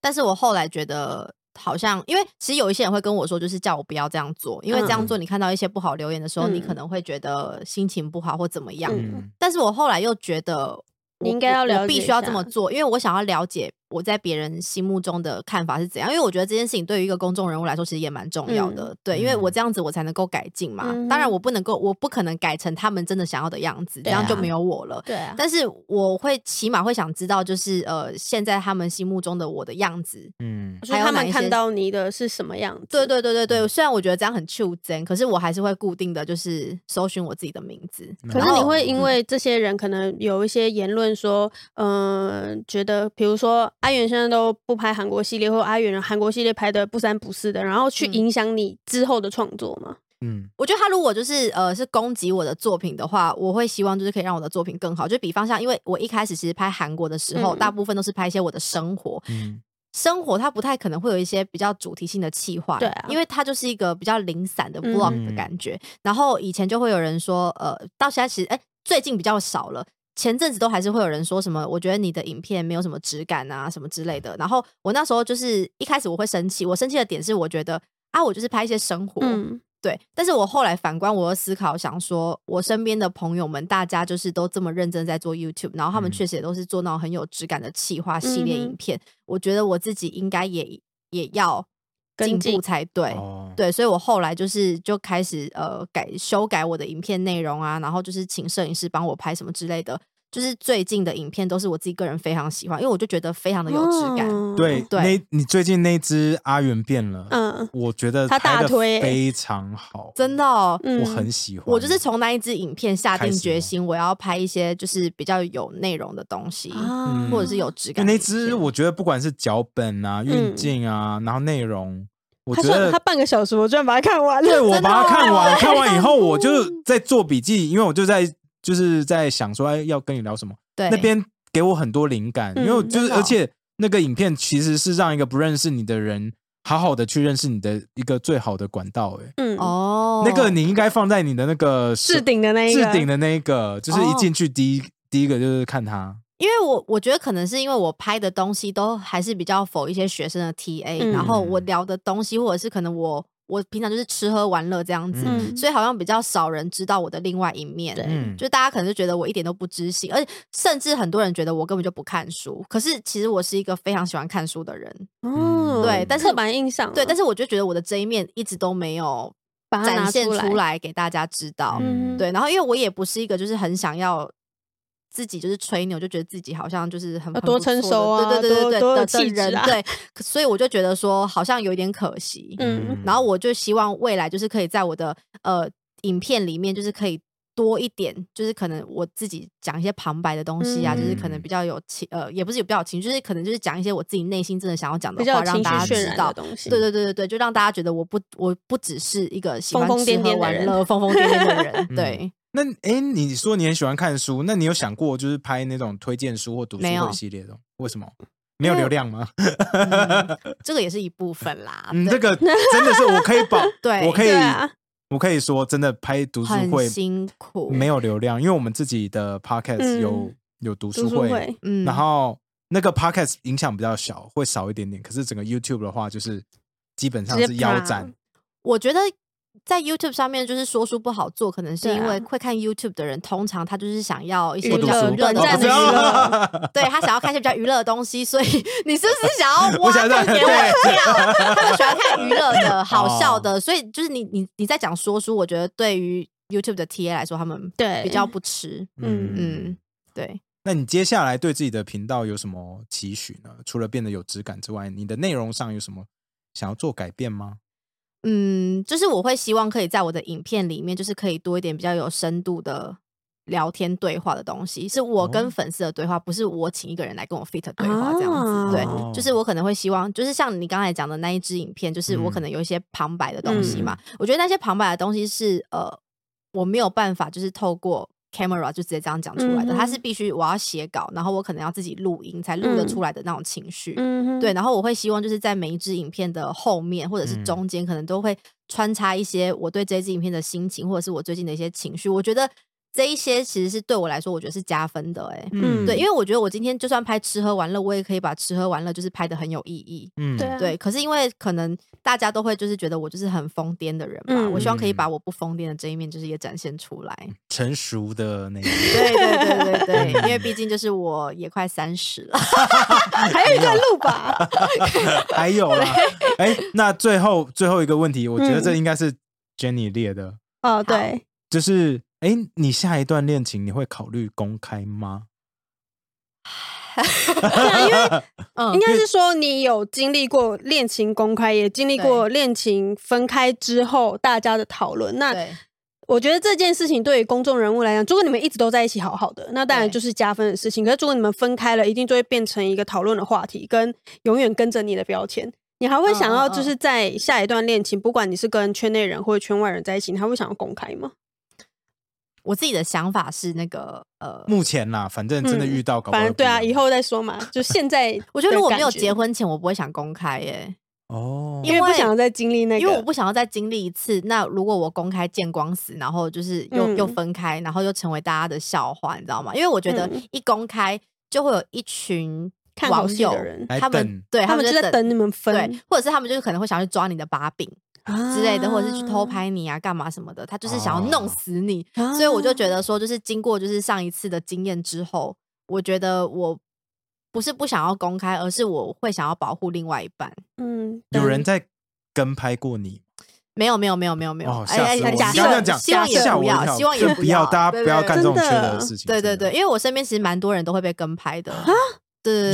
S3: 但是我后来觉得好像，因为其实有一些人会跟我说，就是叫我不要这样做，因为这样做你看到一些不好留言的时候，你可
S1: 嗯
S3: 能会觉得心情不好或怎么样。
S1: 嗯
S2: 嗯，
S3: 但是我后来又觉得我。
S1: 你应该要
S3: 我
S1: 了
S3: 我必
S1: 解
S3: 须要
S1: 一
S3: 这么
S1: 下
S3: 做，因为我想要了解我在别人心目中的看法是怎样。因为我觉得这件事情对于一个公众人物来说，其实也蛮重要的。对，因为我
S2: 嗯
S3: 这样子我才能够改进嘛。
S1: 嗯
S3: 当然，
S1: 哼
S3: 我不能够，我不可能改成他们真的想要的样子，这
S1: 对
S3: 样就
S1: 啊
S3: 没有我了。
S1: 对啊，
S3: 但是我会起码会想知道，就是呃，现在他们心目中的我的样子。
S2: 嗯，
S1: 就是
S3: 还有
S1: 他
S3: 哪
S1: 们
S3: 一些
S1: 看到你的是嗯什么样子，
S3: 对对对对对，虽然我觉得这样很袖珍，可是我还是会固定的，就是搜寻我自己的名字。
S2: 可
S1: 可
S3: 然
S1: 是你
S3: 后
S1: 会因
S2: 嗯
S1: 为这些人可能有一些言论说，嗯、觉得比如说阿元现在都不拍韩国系列，或阿元韩国系列拍的不三不四的，然后去
S3: 嗯
S1: 影响你之后的创作嘛？
S2: 嗯，
S3: 我觉得他如果就是呃是攻击我的作品的话，我会希望就是可以让我的作品更好。就比方像，因为我一开始其实拍韩国的时候，
S1: 嗯
S3: 大部分都是拍一些我的生活，
S2: 嗯
S3: 生活它不太可能会有一些比较主题性的企划，
S1: 对啊
S3: 因为它就是一个比较零散的
S1: 嗯
S3: vlog 的感觉。然后以前就会有人说，呃，到现在其实，哎、最近比较少了。前阵子都还是会有人说什么，我觉得你的影片没有什么质感啊，什么之类的。然后我那时候就是一开始我会生气，我生气的点是我觉得啊，我就是拍一些生活，
S1: 嗯，
S3: 对，但是我后来反观，我又思考，想说，我身边的朋友们，大家就是都这么认真在做 YouTube，然后他们
S2: 嗯
S3: 确实也都是做那种很有质感的企划系
S1: 嗯
S3: 列
S1: 哼
S3: 影片。我觉得我自己应该也也要
S1: 跟
S3: 进
S1: 进
S3: 步才对。
S2: 哦，
S3: 对，所以我后来就是就开始呃改修改我的影片内容啊，然后就是请摄影师帮我拍什么之类的。就是最近的影片都是我自己个人非常喜欢，因为我就觉得非常的有质感。
S1: 哦
S2: 对，
S3: 嗯对
S2: 那你最近那只阿元变了，
S1: 嗯，
S2: 我觉得
S1: 他大
S2: 拍得
S1: 推欸
S2: 非常好，
S3: 真的、哦，
S1: 嗯
S2: 我很喜欢。
S3: 我就是从那一支影片下
S2: 开
S3: 定
S2: 始
S3: 决
S2: 吗
S3: 心，我要拍一些就是比较有内容的东西，
S1: 啊
S3: 或者是有
S2: 因
S3: 质
S2: 为
S3: 感的
S2: 那
S3: 影片。
S2: 只，我觉得不管是脚本啊、运
S1: 嗯
S2: 镜啊，然后内容，我
S1: 他
S2: 觉
S1: 说
S2: 得
S1: 他半个小时，我居然把它看完
S2: 对
S1: 了。
S2: 我
S3: 真的
S2: 把它看完，
S3: [LAUGHS] 哦
S2: 看完以后我就
S3: 嗯
S2: 在做笔记，因为我就在就是在想说，哎，要跟你聊什么？
S3: 对
S2: 那边给我很多灵感，因为我
S1: 嗯
S2: 就是
S3: 真的哦
S2: 而且那个影片其实是让一个不认识你的人好好的去认识你的一个最好的管道，哎。
S1: 嗯，
S3: 哦，
S2: 那个你应该放在你的那个
S1: 置顶的那一个，哦
S2: 置顶的那一个，就是一进去第一、第一个就是看他，
S3: 因为我我觉得可能是因为我拍的东西都还是比较否一些学生的 TA，、
S1: 嗯
S3: 然后我聊的东西或者是可能我我平常就是吃喝玩乐这样子，
S1: 嗯
S3: 所以好像比较少人知道我的另外一面。
S1: 对
S2: 嗯，
S3: 就大家可能就觉得我一点都不知性，而且甚至很多人觉得我根本就不看书。可是其实我是一个非常喜欢看书的人，
S1: 哦，
S3: 对但是
S1: 刻板印象啊了，
S3: 对，但
S1: 是
S3: 是我就觉得我的这一面一直都没有
S1: 嗯把它拿
S3: 展现
S1: 出
S3: 出，来给大家知道。
S1: 嗯，
S3: 对，然后因为我也不是一个就是很想要自己就是吹牛，就觉得自己好像就是很
S1: 要
S3: 很
S1: 多
S3: 不错
S1: 成
S3: 的
S1: 熟啊
S3: 对对对
S1: 多
S3: 对
S1: 多有
S3: 对的
S1: 气
S3: 的
S1: 质
S3: 人
S1: 啊
S3: 对，可所以我就觉得说好像有一点可惜。
S1: 嗯
S3: 然后我就希望未来就是可以在我的呃影片里面，就是可以多一点，就是可能我自己讲一些旁白的东西啊，就是可能
S2: 嗯
S3: 比较有情呃，也不是有比较有情绪，就是可能就是讲一些我自己内心真的想要讲的
S1: 比较
S3: 话，
S1: 有情
S3: 让
S1: 绪
S3: 大家
S1: 渲
S3: 知
S1: 染的
S3: 道。
S1: 东西，
S3: 对对对对对，就让大家觉得我不我不只是一个喜
S1: 疯
S3: 欢
S1: 疯
S3: 吃
S1: 癫癫
S3: 喝
S1: 的
S3: 玩
S1: 人 [LAUGHS]
S3: 乐、疯疯癫癫的人
S2: 嗯， [LAUGHS]
S3: 对。
S2: 那哎、你说你很喜欢看书，那你有想过就是拍那种推荐书或读书
S3: 没有
S2: 会系列的？为什么？没有流量吗？
S3: 嗯这个也是一部分啦。
S2: 嗯，这
S1: [LAUGHS]
S3: 对
S2: 个真的是我可以保，
S3: 对
S2: 我可以
S1: 对，啊，
S2: 我可以说真的拍读书会
S3: 很辛苦，
S2: 没有流量，因为我们自己的 podcast
S1: 嗯
S2: 有、有读
S1: 读
S2: 书
S1: 书
S2: 会，
S1: 会，
S3: 嗯
S2: 然后那个 podcast 影响比较小，会少一点点。可是整个 YouTube 的话，就是基本上
S1: 直接
S2: 是腰
S1: 啪
S2: 斩。
S3: 我觉得。在 YouTube 上面，就是说书不好做，可能是
S1: 对啊
S3: 因为会看 YouTube 的人，通常他就是想要一些
S1: 娱
S2: 不
S3: 比
S2: 读
S3: 较
S1: 乐
S2: 书
S3: 娱乐
S1: 短
S3: 的
S1: 暂
S3: 东
S1: 的
S3: 西，
S1: 娱乐
S3: 对他想要看一些比较娱乐的东西，所以 [LAUGHS] 你是不是想要
S2: 我
S3: 挖
S2: 想
S3: 洞
S2: 让
S3: 给我跳？他们喜欢看娱乐的、好
S2: [LAUGHS]
S3: 笑
S2: 哦
S3: 的，所以就是你你你在讲说书，我觉得对于 YouTube 的 TA 来说，他们
S1: 对
S3: 比较不吃，
S1: 嗯
S3: 嗯，对。
S2: 那你接下来对自己的频道有什么期许呢？除了变得有质感之外，你的内容上有什么想要做改变吗？
S3: 嗯，就是我会希望可以在我的影片里面，就是可以多一点比较有深度的聊天对话的东西，是我
S2: 哦
S3: 跟粉丝的对话，不是我请一个人来跟我 fit 对话这样子。对
S1: 哦，
S3: 就是我可能会希望，就是像你刚才讲的那一支影片，就是我可
S2: 嗯
S3: 能有一些旁白的东西嘛，我觉得那些旁白的东西是呃，我没有办法就是透过。camera 就直接这样讲出来的，它是
S1: 嗯哼
S3: 必须我要写稿，然后我可能要自己录音才录得
S1: 嗯
S3: 出来的那种情绪。
S1: 嗯哼，
S3: 对，然后我会希望就是在每一支影片的后面或者是
S2: 嗯
S3: 中间，可能都会穿插一些我对这一支影片的心情，或者是我最近的一些情绪。我觉得这一些其实是对我来说，我觉得是加分的、欸。哎、
S1: 嗯
S3: 对，因为我觉得我今天就算拍吃喝玩乐，我也可以把吃喝玩乐就是拍的很有意义。
S2: 嗯
S1: 对啊
S3: 对，可是因为可能大家都会就是觉得我就是很疯癫的人嘛，我希望可以
S1: 嗯
S3: 把我不疯癫的这一面就是也展现出来。
S2: 成熟的那个
S3: 对对对对对，因为毕竟就是我也快三十了，
S1: 还有一段路吧，
S2: [LAUGHS] 还有啦。哎，那最后最后一个问题，我觉得
S1: 嗯
S2: 这应该是 Jenny 列的，
S1: [LAUGHS] 哦，对，
S2: 就是哎，你下一段恋情你会考虑公开吗？
S1: 对啊因 [LAUGHS] 为
S3: 嗯
S1: 应，该是说你有经历过恋情公开，也经历过恋情分开之后大家的讨论，那
S3: 对。
S1: 我觉得这件事情对于公众人物来讲，如果你们一直都在一起好好的，那当然
S3: 对
S1: 就是加分的事情。可是如果你们分开了，一定就会变成一个讨论的话题，跟永远跟着你的标签。你还会想要
S3: 嗯嗯嗯
S1: 就是在下一段恋情，不管你是跟圈内人或者圈外人在一起，你还会想要公开吗？
S3: 我自己的想法是那个呃，
S2: 目前啦，反正真的遇到，搞不好
S1: 反正对啊，
S2: 不一
S1: 以
S2: 样
S1: 后再说嘛。就现在，
S3: [LAUGHS] 我觉得如果没有
S1: 婚。
S3: 结婚前，我不会想公开耶、
S2: 哦，
S1: 因为不
S3: 为
S1: 想要再经历那个，
S3: 因为我不想要再经历一次。那如果我公开见光死，然后就是又、又
S1: 嗯
S3: 分开，然后又成为大家的笑话，你知道吗？因为我觉得
S1: 嗯
S3: 一公开就会有一群
S1: 看好
S3: 网
S1: 戏
S3: 友
S1: 的人，
S2: 来
S3: 他们
S2: 等
S3: 对
S1: 他们就
S3: 就
S1: 在等你们
S3: 对
S1: 分，啊
S3: 或者是他们就是可能会想去抓你的把柄之类的，或者是去偷，拍你啊，干嘛什么的，他就是想要弄
S2: 哦
S3: 死你。
S1: 啊
S3: 所以我就觉得说，就是经过就是上一次的经验之后，我觉得我不是不想要公开，而是我会想要保护另外一半。
S1: 嗯，
S2: 有人
S1: 在
S2: 在跟拍过你，
S3: 没有没有没有没有没有，
S2: 哦，
S3: 哎
S2: 吓
S3: 哎
S2: 死
S1: 哎
S2: 我！你
S1: 假
S2: 刚
S1: 设
S2: 刚这样讲，
S3: 希望也
S2: 吓
S3: 不
S2: 我一
S3: 要，
S2: 跳
S3: 希望也
S2: 真
S3: 不
S2: 不要，大家
S3: 对
S2: 不要干这种缺
S1: 真的
S2: 德的事情。
S3: 对对
S2: 真的
S3: 对，因为我身边其实蛮多人都会被跟拍的对对对。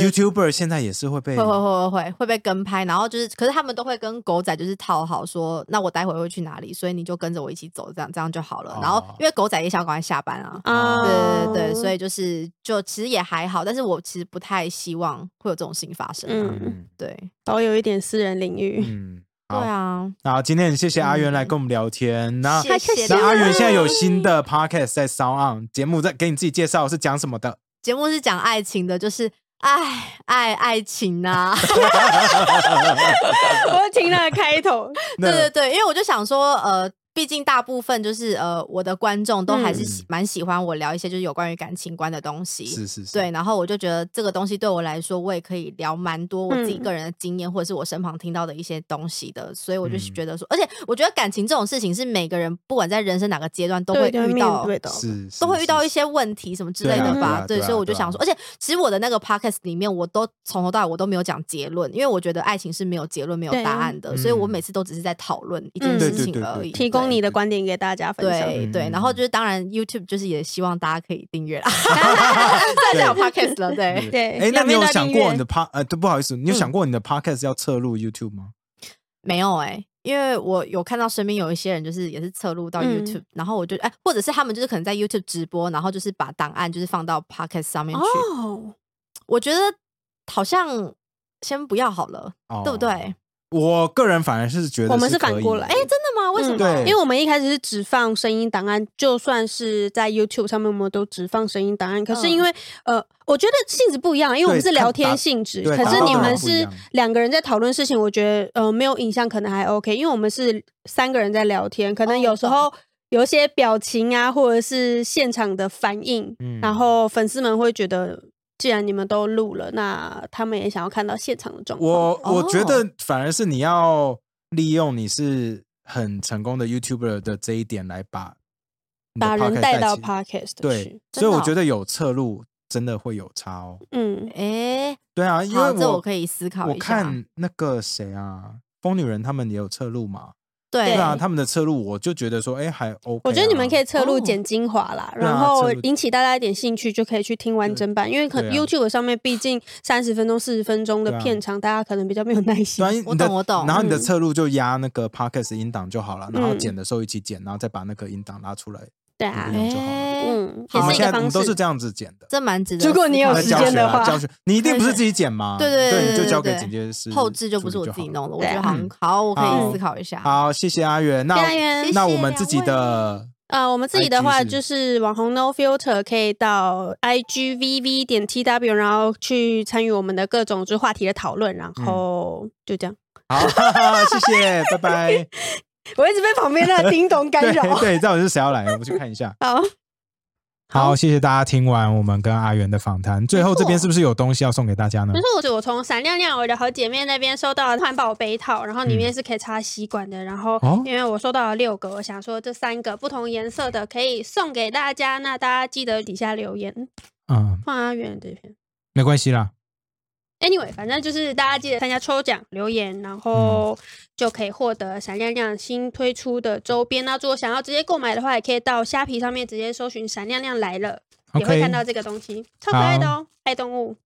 S2: YouTuber 现在也是
S3: [LAUGHS]
S2: 会被
S3: 会会会会会会被跟拍，然后就是，可是他们都会跟狗仔就是套好说，那我待会会去哪里，所以你就跟着我一起走，这样这样就好了。然后
S2: 哦
S3: 因为狗仔也想赶快下班啊，
S1: 啊，
S3: 对对对，所以就是就其实也还好，但是我其实不太希望会有这种事情发生、啊。
S1: 嗯
S2: 嗯
S3: 对
S1: 保有一点私人领域，
S2: 嗯，
S3: 对
S2: 好，
S3: 啊，
S2: 那今天很谢谢阿元来跟我们聊天。那
S3: 谢
S1: 谢
S3: 谢
S1: 谢
S2: 那
S3: 大
S2: 阿
S3: 家。
S2: 元现在有新的 podcast 在 Sound On 节目，在给你自己介绍是讲什么的？
S3: 节目是讲爱情的，就是爱爱爱情啊呐、
S1: [LAUGHS] 我听那个开头，
S2: [LAUGHS] 那
S3: 对对对，因为我就想说，呃，毕竟大部分就是呃，我的观众都还是喜
S2: 嗯
S3: 蛮喜欢我聊一些就是有关于感情观的东西。
S2: 是是是，
S3: 对，然后我就觉得这个东西对我来说，我也可以聊蛮多我自己
S1: 嗯
S3: 个人的经验，或者是我身旁听到的一些东西的，所以我就
S2: 嗯
S3: 觉得说，而且我觉得感情这种事情是每个人不管在人生哪个阶段都会
S1: 对，就
S3: 遇
S1: 面
S3: 到，
S1: 对的，
S2: 是是
S3: 都会遇到一
S2: 些
S3: 些问题什么之
S2: 对
S3: 类
S1: 啊
S3: 的
S1: 对
S3: 吧
S2: 啊？
S3: 对，
S2: 对啊
S3: 所以我就
S2: 对啊
S3: 想说，而且其实我的那个 podcast 里面，我都从头到尾我都没有讲结论，因为我觉得爱情是没有结论、没有
S1: 对啊
S3: 答案的，所以我
S2: 嗯
S3: 每次都只是在讨论一
S1: 嗯
S3: 件
S1: 对
S3: 事
S2: 对
S3: 情
S2: 对
S3: 而
S2: 对
S3: 已。
S1: 提供
S3: 对
S1: 你的观点给大家分享。
S3: 对
S2: 嗯
S3: 对，
S2: 嗯
S3: 然后
S2: 嗯
S3: 就是当然 YouTube 就是也希望大家可以订阅啦， [LAUGHS] 虽然现在有 podcast 了，对。
S1: 对，
S2: 哎，那
S1: 两
S2: 你
S1: 边
S2: 有
S1: 都要
S2: 想
S1: 订阅
S2: 过你的 pod 呃，对，不好意思，你有
S3: 嗯
S2: 想过你的 podcast 要侧录 YouTube 吗？
S3: 没有哎、因为我有看到身边有一些人，就是也是侧录到
S1: 嗯
S3: YouTube，、然后我就哎、或者是他们就是可能在 YouTube 直播，然后就是把档案就是放到 Podcast 上面去。
S1: 哦，
S3: 我觉得好像先不要好了，
S2: 哦，
S3: 对不对？？哎、
S2: 我个人反而是觉得
S1: 我们
S2: 是
S1: 是反
S2: 可以
S1: 过来
S2: 的
S1: 哎
S3: 真的吗？为什么？
S1: 嗯
S2: 对
S1: 因为我们一开始是只放声音档案，就算是在 YouTube 上面，我们都只放声音档案。可是因为、呃，我觉得性质不一样，因为我们
S2: 对
S1: 是聊
S2: 看打
S1: 天性质，
S2: 啊对
S1: 可
S2: 打
S1: 是
S3: 到
S1: 你
S3: 的
S1: 们
S3: 人
S2: 不一
S1: 是
S2: 样
S1: 两个人在讨论事情，我觉得呃没有影像可能还 OK，因为我们是三个人在聊天，可能
S3: 哦
S1: 有时候。有一些表情啊，或者是现场的反应，
S2: 嗯
S1: 然后粉丝们会觉得，既然你们都录了，那他们也想要看到现场的状况。
S2: 我我觉
S3: 哦
S2: 得反而是你要利用你是很成功的 YouTuber 的这一点来把你的
S1: 把人
S2: podcast
S1: 带到
S2: 起
S1: podcast 去哦
S2: 对，，
S3: 真
S2: 所以我
S3: 的
S2: 觉得有侧录真的会有差哦。
S1: 嗯，
S3: 哎、
S2: 对啊，因为
S3: 好，这
S2: 我
S3: 我可以思考一下。
S2: 我看那个谁啊，疯女人他们也有侧录嘛，
S3: 对
S2: 对啊，他们的侧录我就觉得说，哎，还 OK 啊。
S1: 我觉得你们可以侧录
S3: 哦
S1: 剪精华啦，
S2: 对啊
S1: 然后
S2: 侧录
S1: 引起大家一点兴趣，就可以去听完整版。因为可
S2: 对啊
S1: YouTube 上面毕竟三十分钟、四十分钟的
S2: 对啊
S1: 片长，大家可能比较没有耐心
S2: 对啊。因为
S3: 我
S2: 你的
S3: 懂我懂
S2: 然后你的
S1: 嗯
S2: 侧录就压那个 podcast 音档就好了，然后
S1: 嗯
S2: 剪的时候一起剪，然后再把那个音档拉出来。
S1: 对
S2: 这
S1: 啊，
S2: 样就好了
S3: 哎
S1: 嗯，
S2: 我
S1: 也是
S2: 们
S1: 一
S2: 现
S1: 个
S2: 在我
S1: 方
S2: 们都是
S1: 式
S2: 这。样子剪的。
S3: 这蛮值得思考。
S1: 如果你有
S2: 呃
S1: 时间
S2: 教学
S1: 的
S2: 啦
S1: 话
S2: 教学，你一定不是自己剪吗？
S3: 对对对
S2: 你就
S3: 对
S2: 交
S3: 对
S2: 给
S3: 对
S2: 剪接师，
S3: 后置就不是我自己。弄的，啊我
S1: 对
S3: 觉
S1: 啊
S3: 得好像
S2: 嗯
S3: 好，我可以
S2: 好
S3: 思考一下。
S2: 好，谢谢阿元。那
S1: 谢谢阿元
S2: 那
S3: 谢谢
S2: 我们自己的
S1: 呃，我们自己的
S2: IG
S1: 话
S2: 是
S1: 就是网红 No Filter 可以到 IGVV 点 TW，然后去参与我们的各种就是话题的讨论，然
S2: 嗯
S1: 后就这样。
S2: [LAUGHS] 好，哈哈谢谢，拜
S3: [LAUGHS]
S2: 拜。
S1: 我一直被旁边那个叮咚干
S2: [LAUGHS] 对
S1: 扰。 [LAUGHS]
S2: 对，到底是谁要来？我们去看一
S3: [LAUGHS]
S2: 下。
S1: 好，
S2: 好，谢谢大家听完我们跟阿元的访谈。最后这边是不是有东西要送给大家呢
S1: 但？是我我从闪亮亮我的好姐妹那边收到了环保杯套，然后里面是可以插吸管的。然后
S2: 哦
S1: 因为我收到了六个，我想说这三个不同颜色的可以送给大家，那大家记得底下留言。
S2: 嗯，
S1: 放阿远这篇。
S2: 没关系啦。
S1: Anyway，反正就是大家记得参加抽奖留言，然后就可以获得闪亮亮新推出的周边。那如果想要直接购买的话，也可以到虾皮上面直接搜寻“闪亮亮来了”，也会
S2: OK，
S1: 看到这个东西，超可爱的哦，爱动物。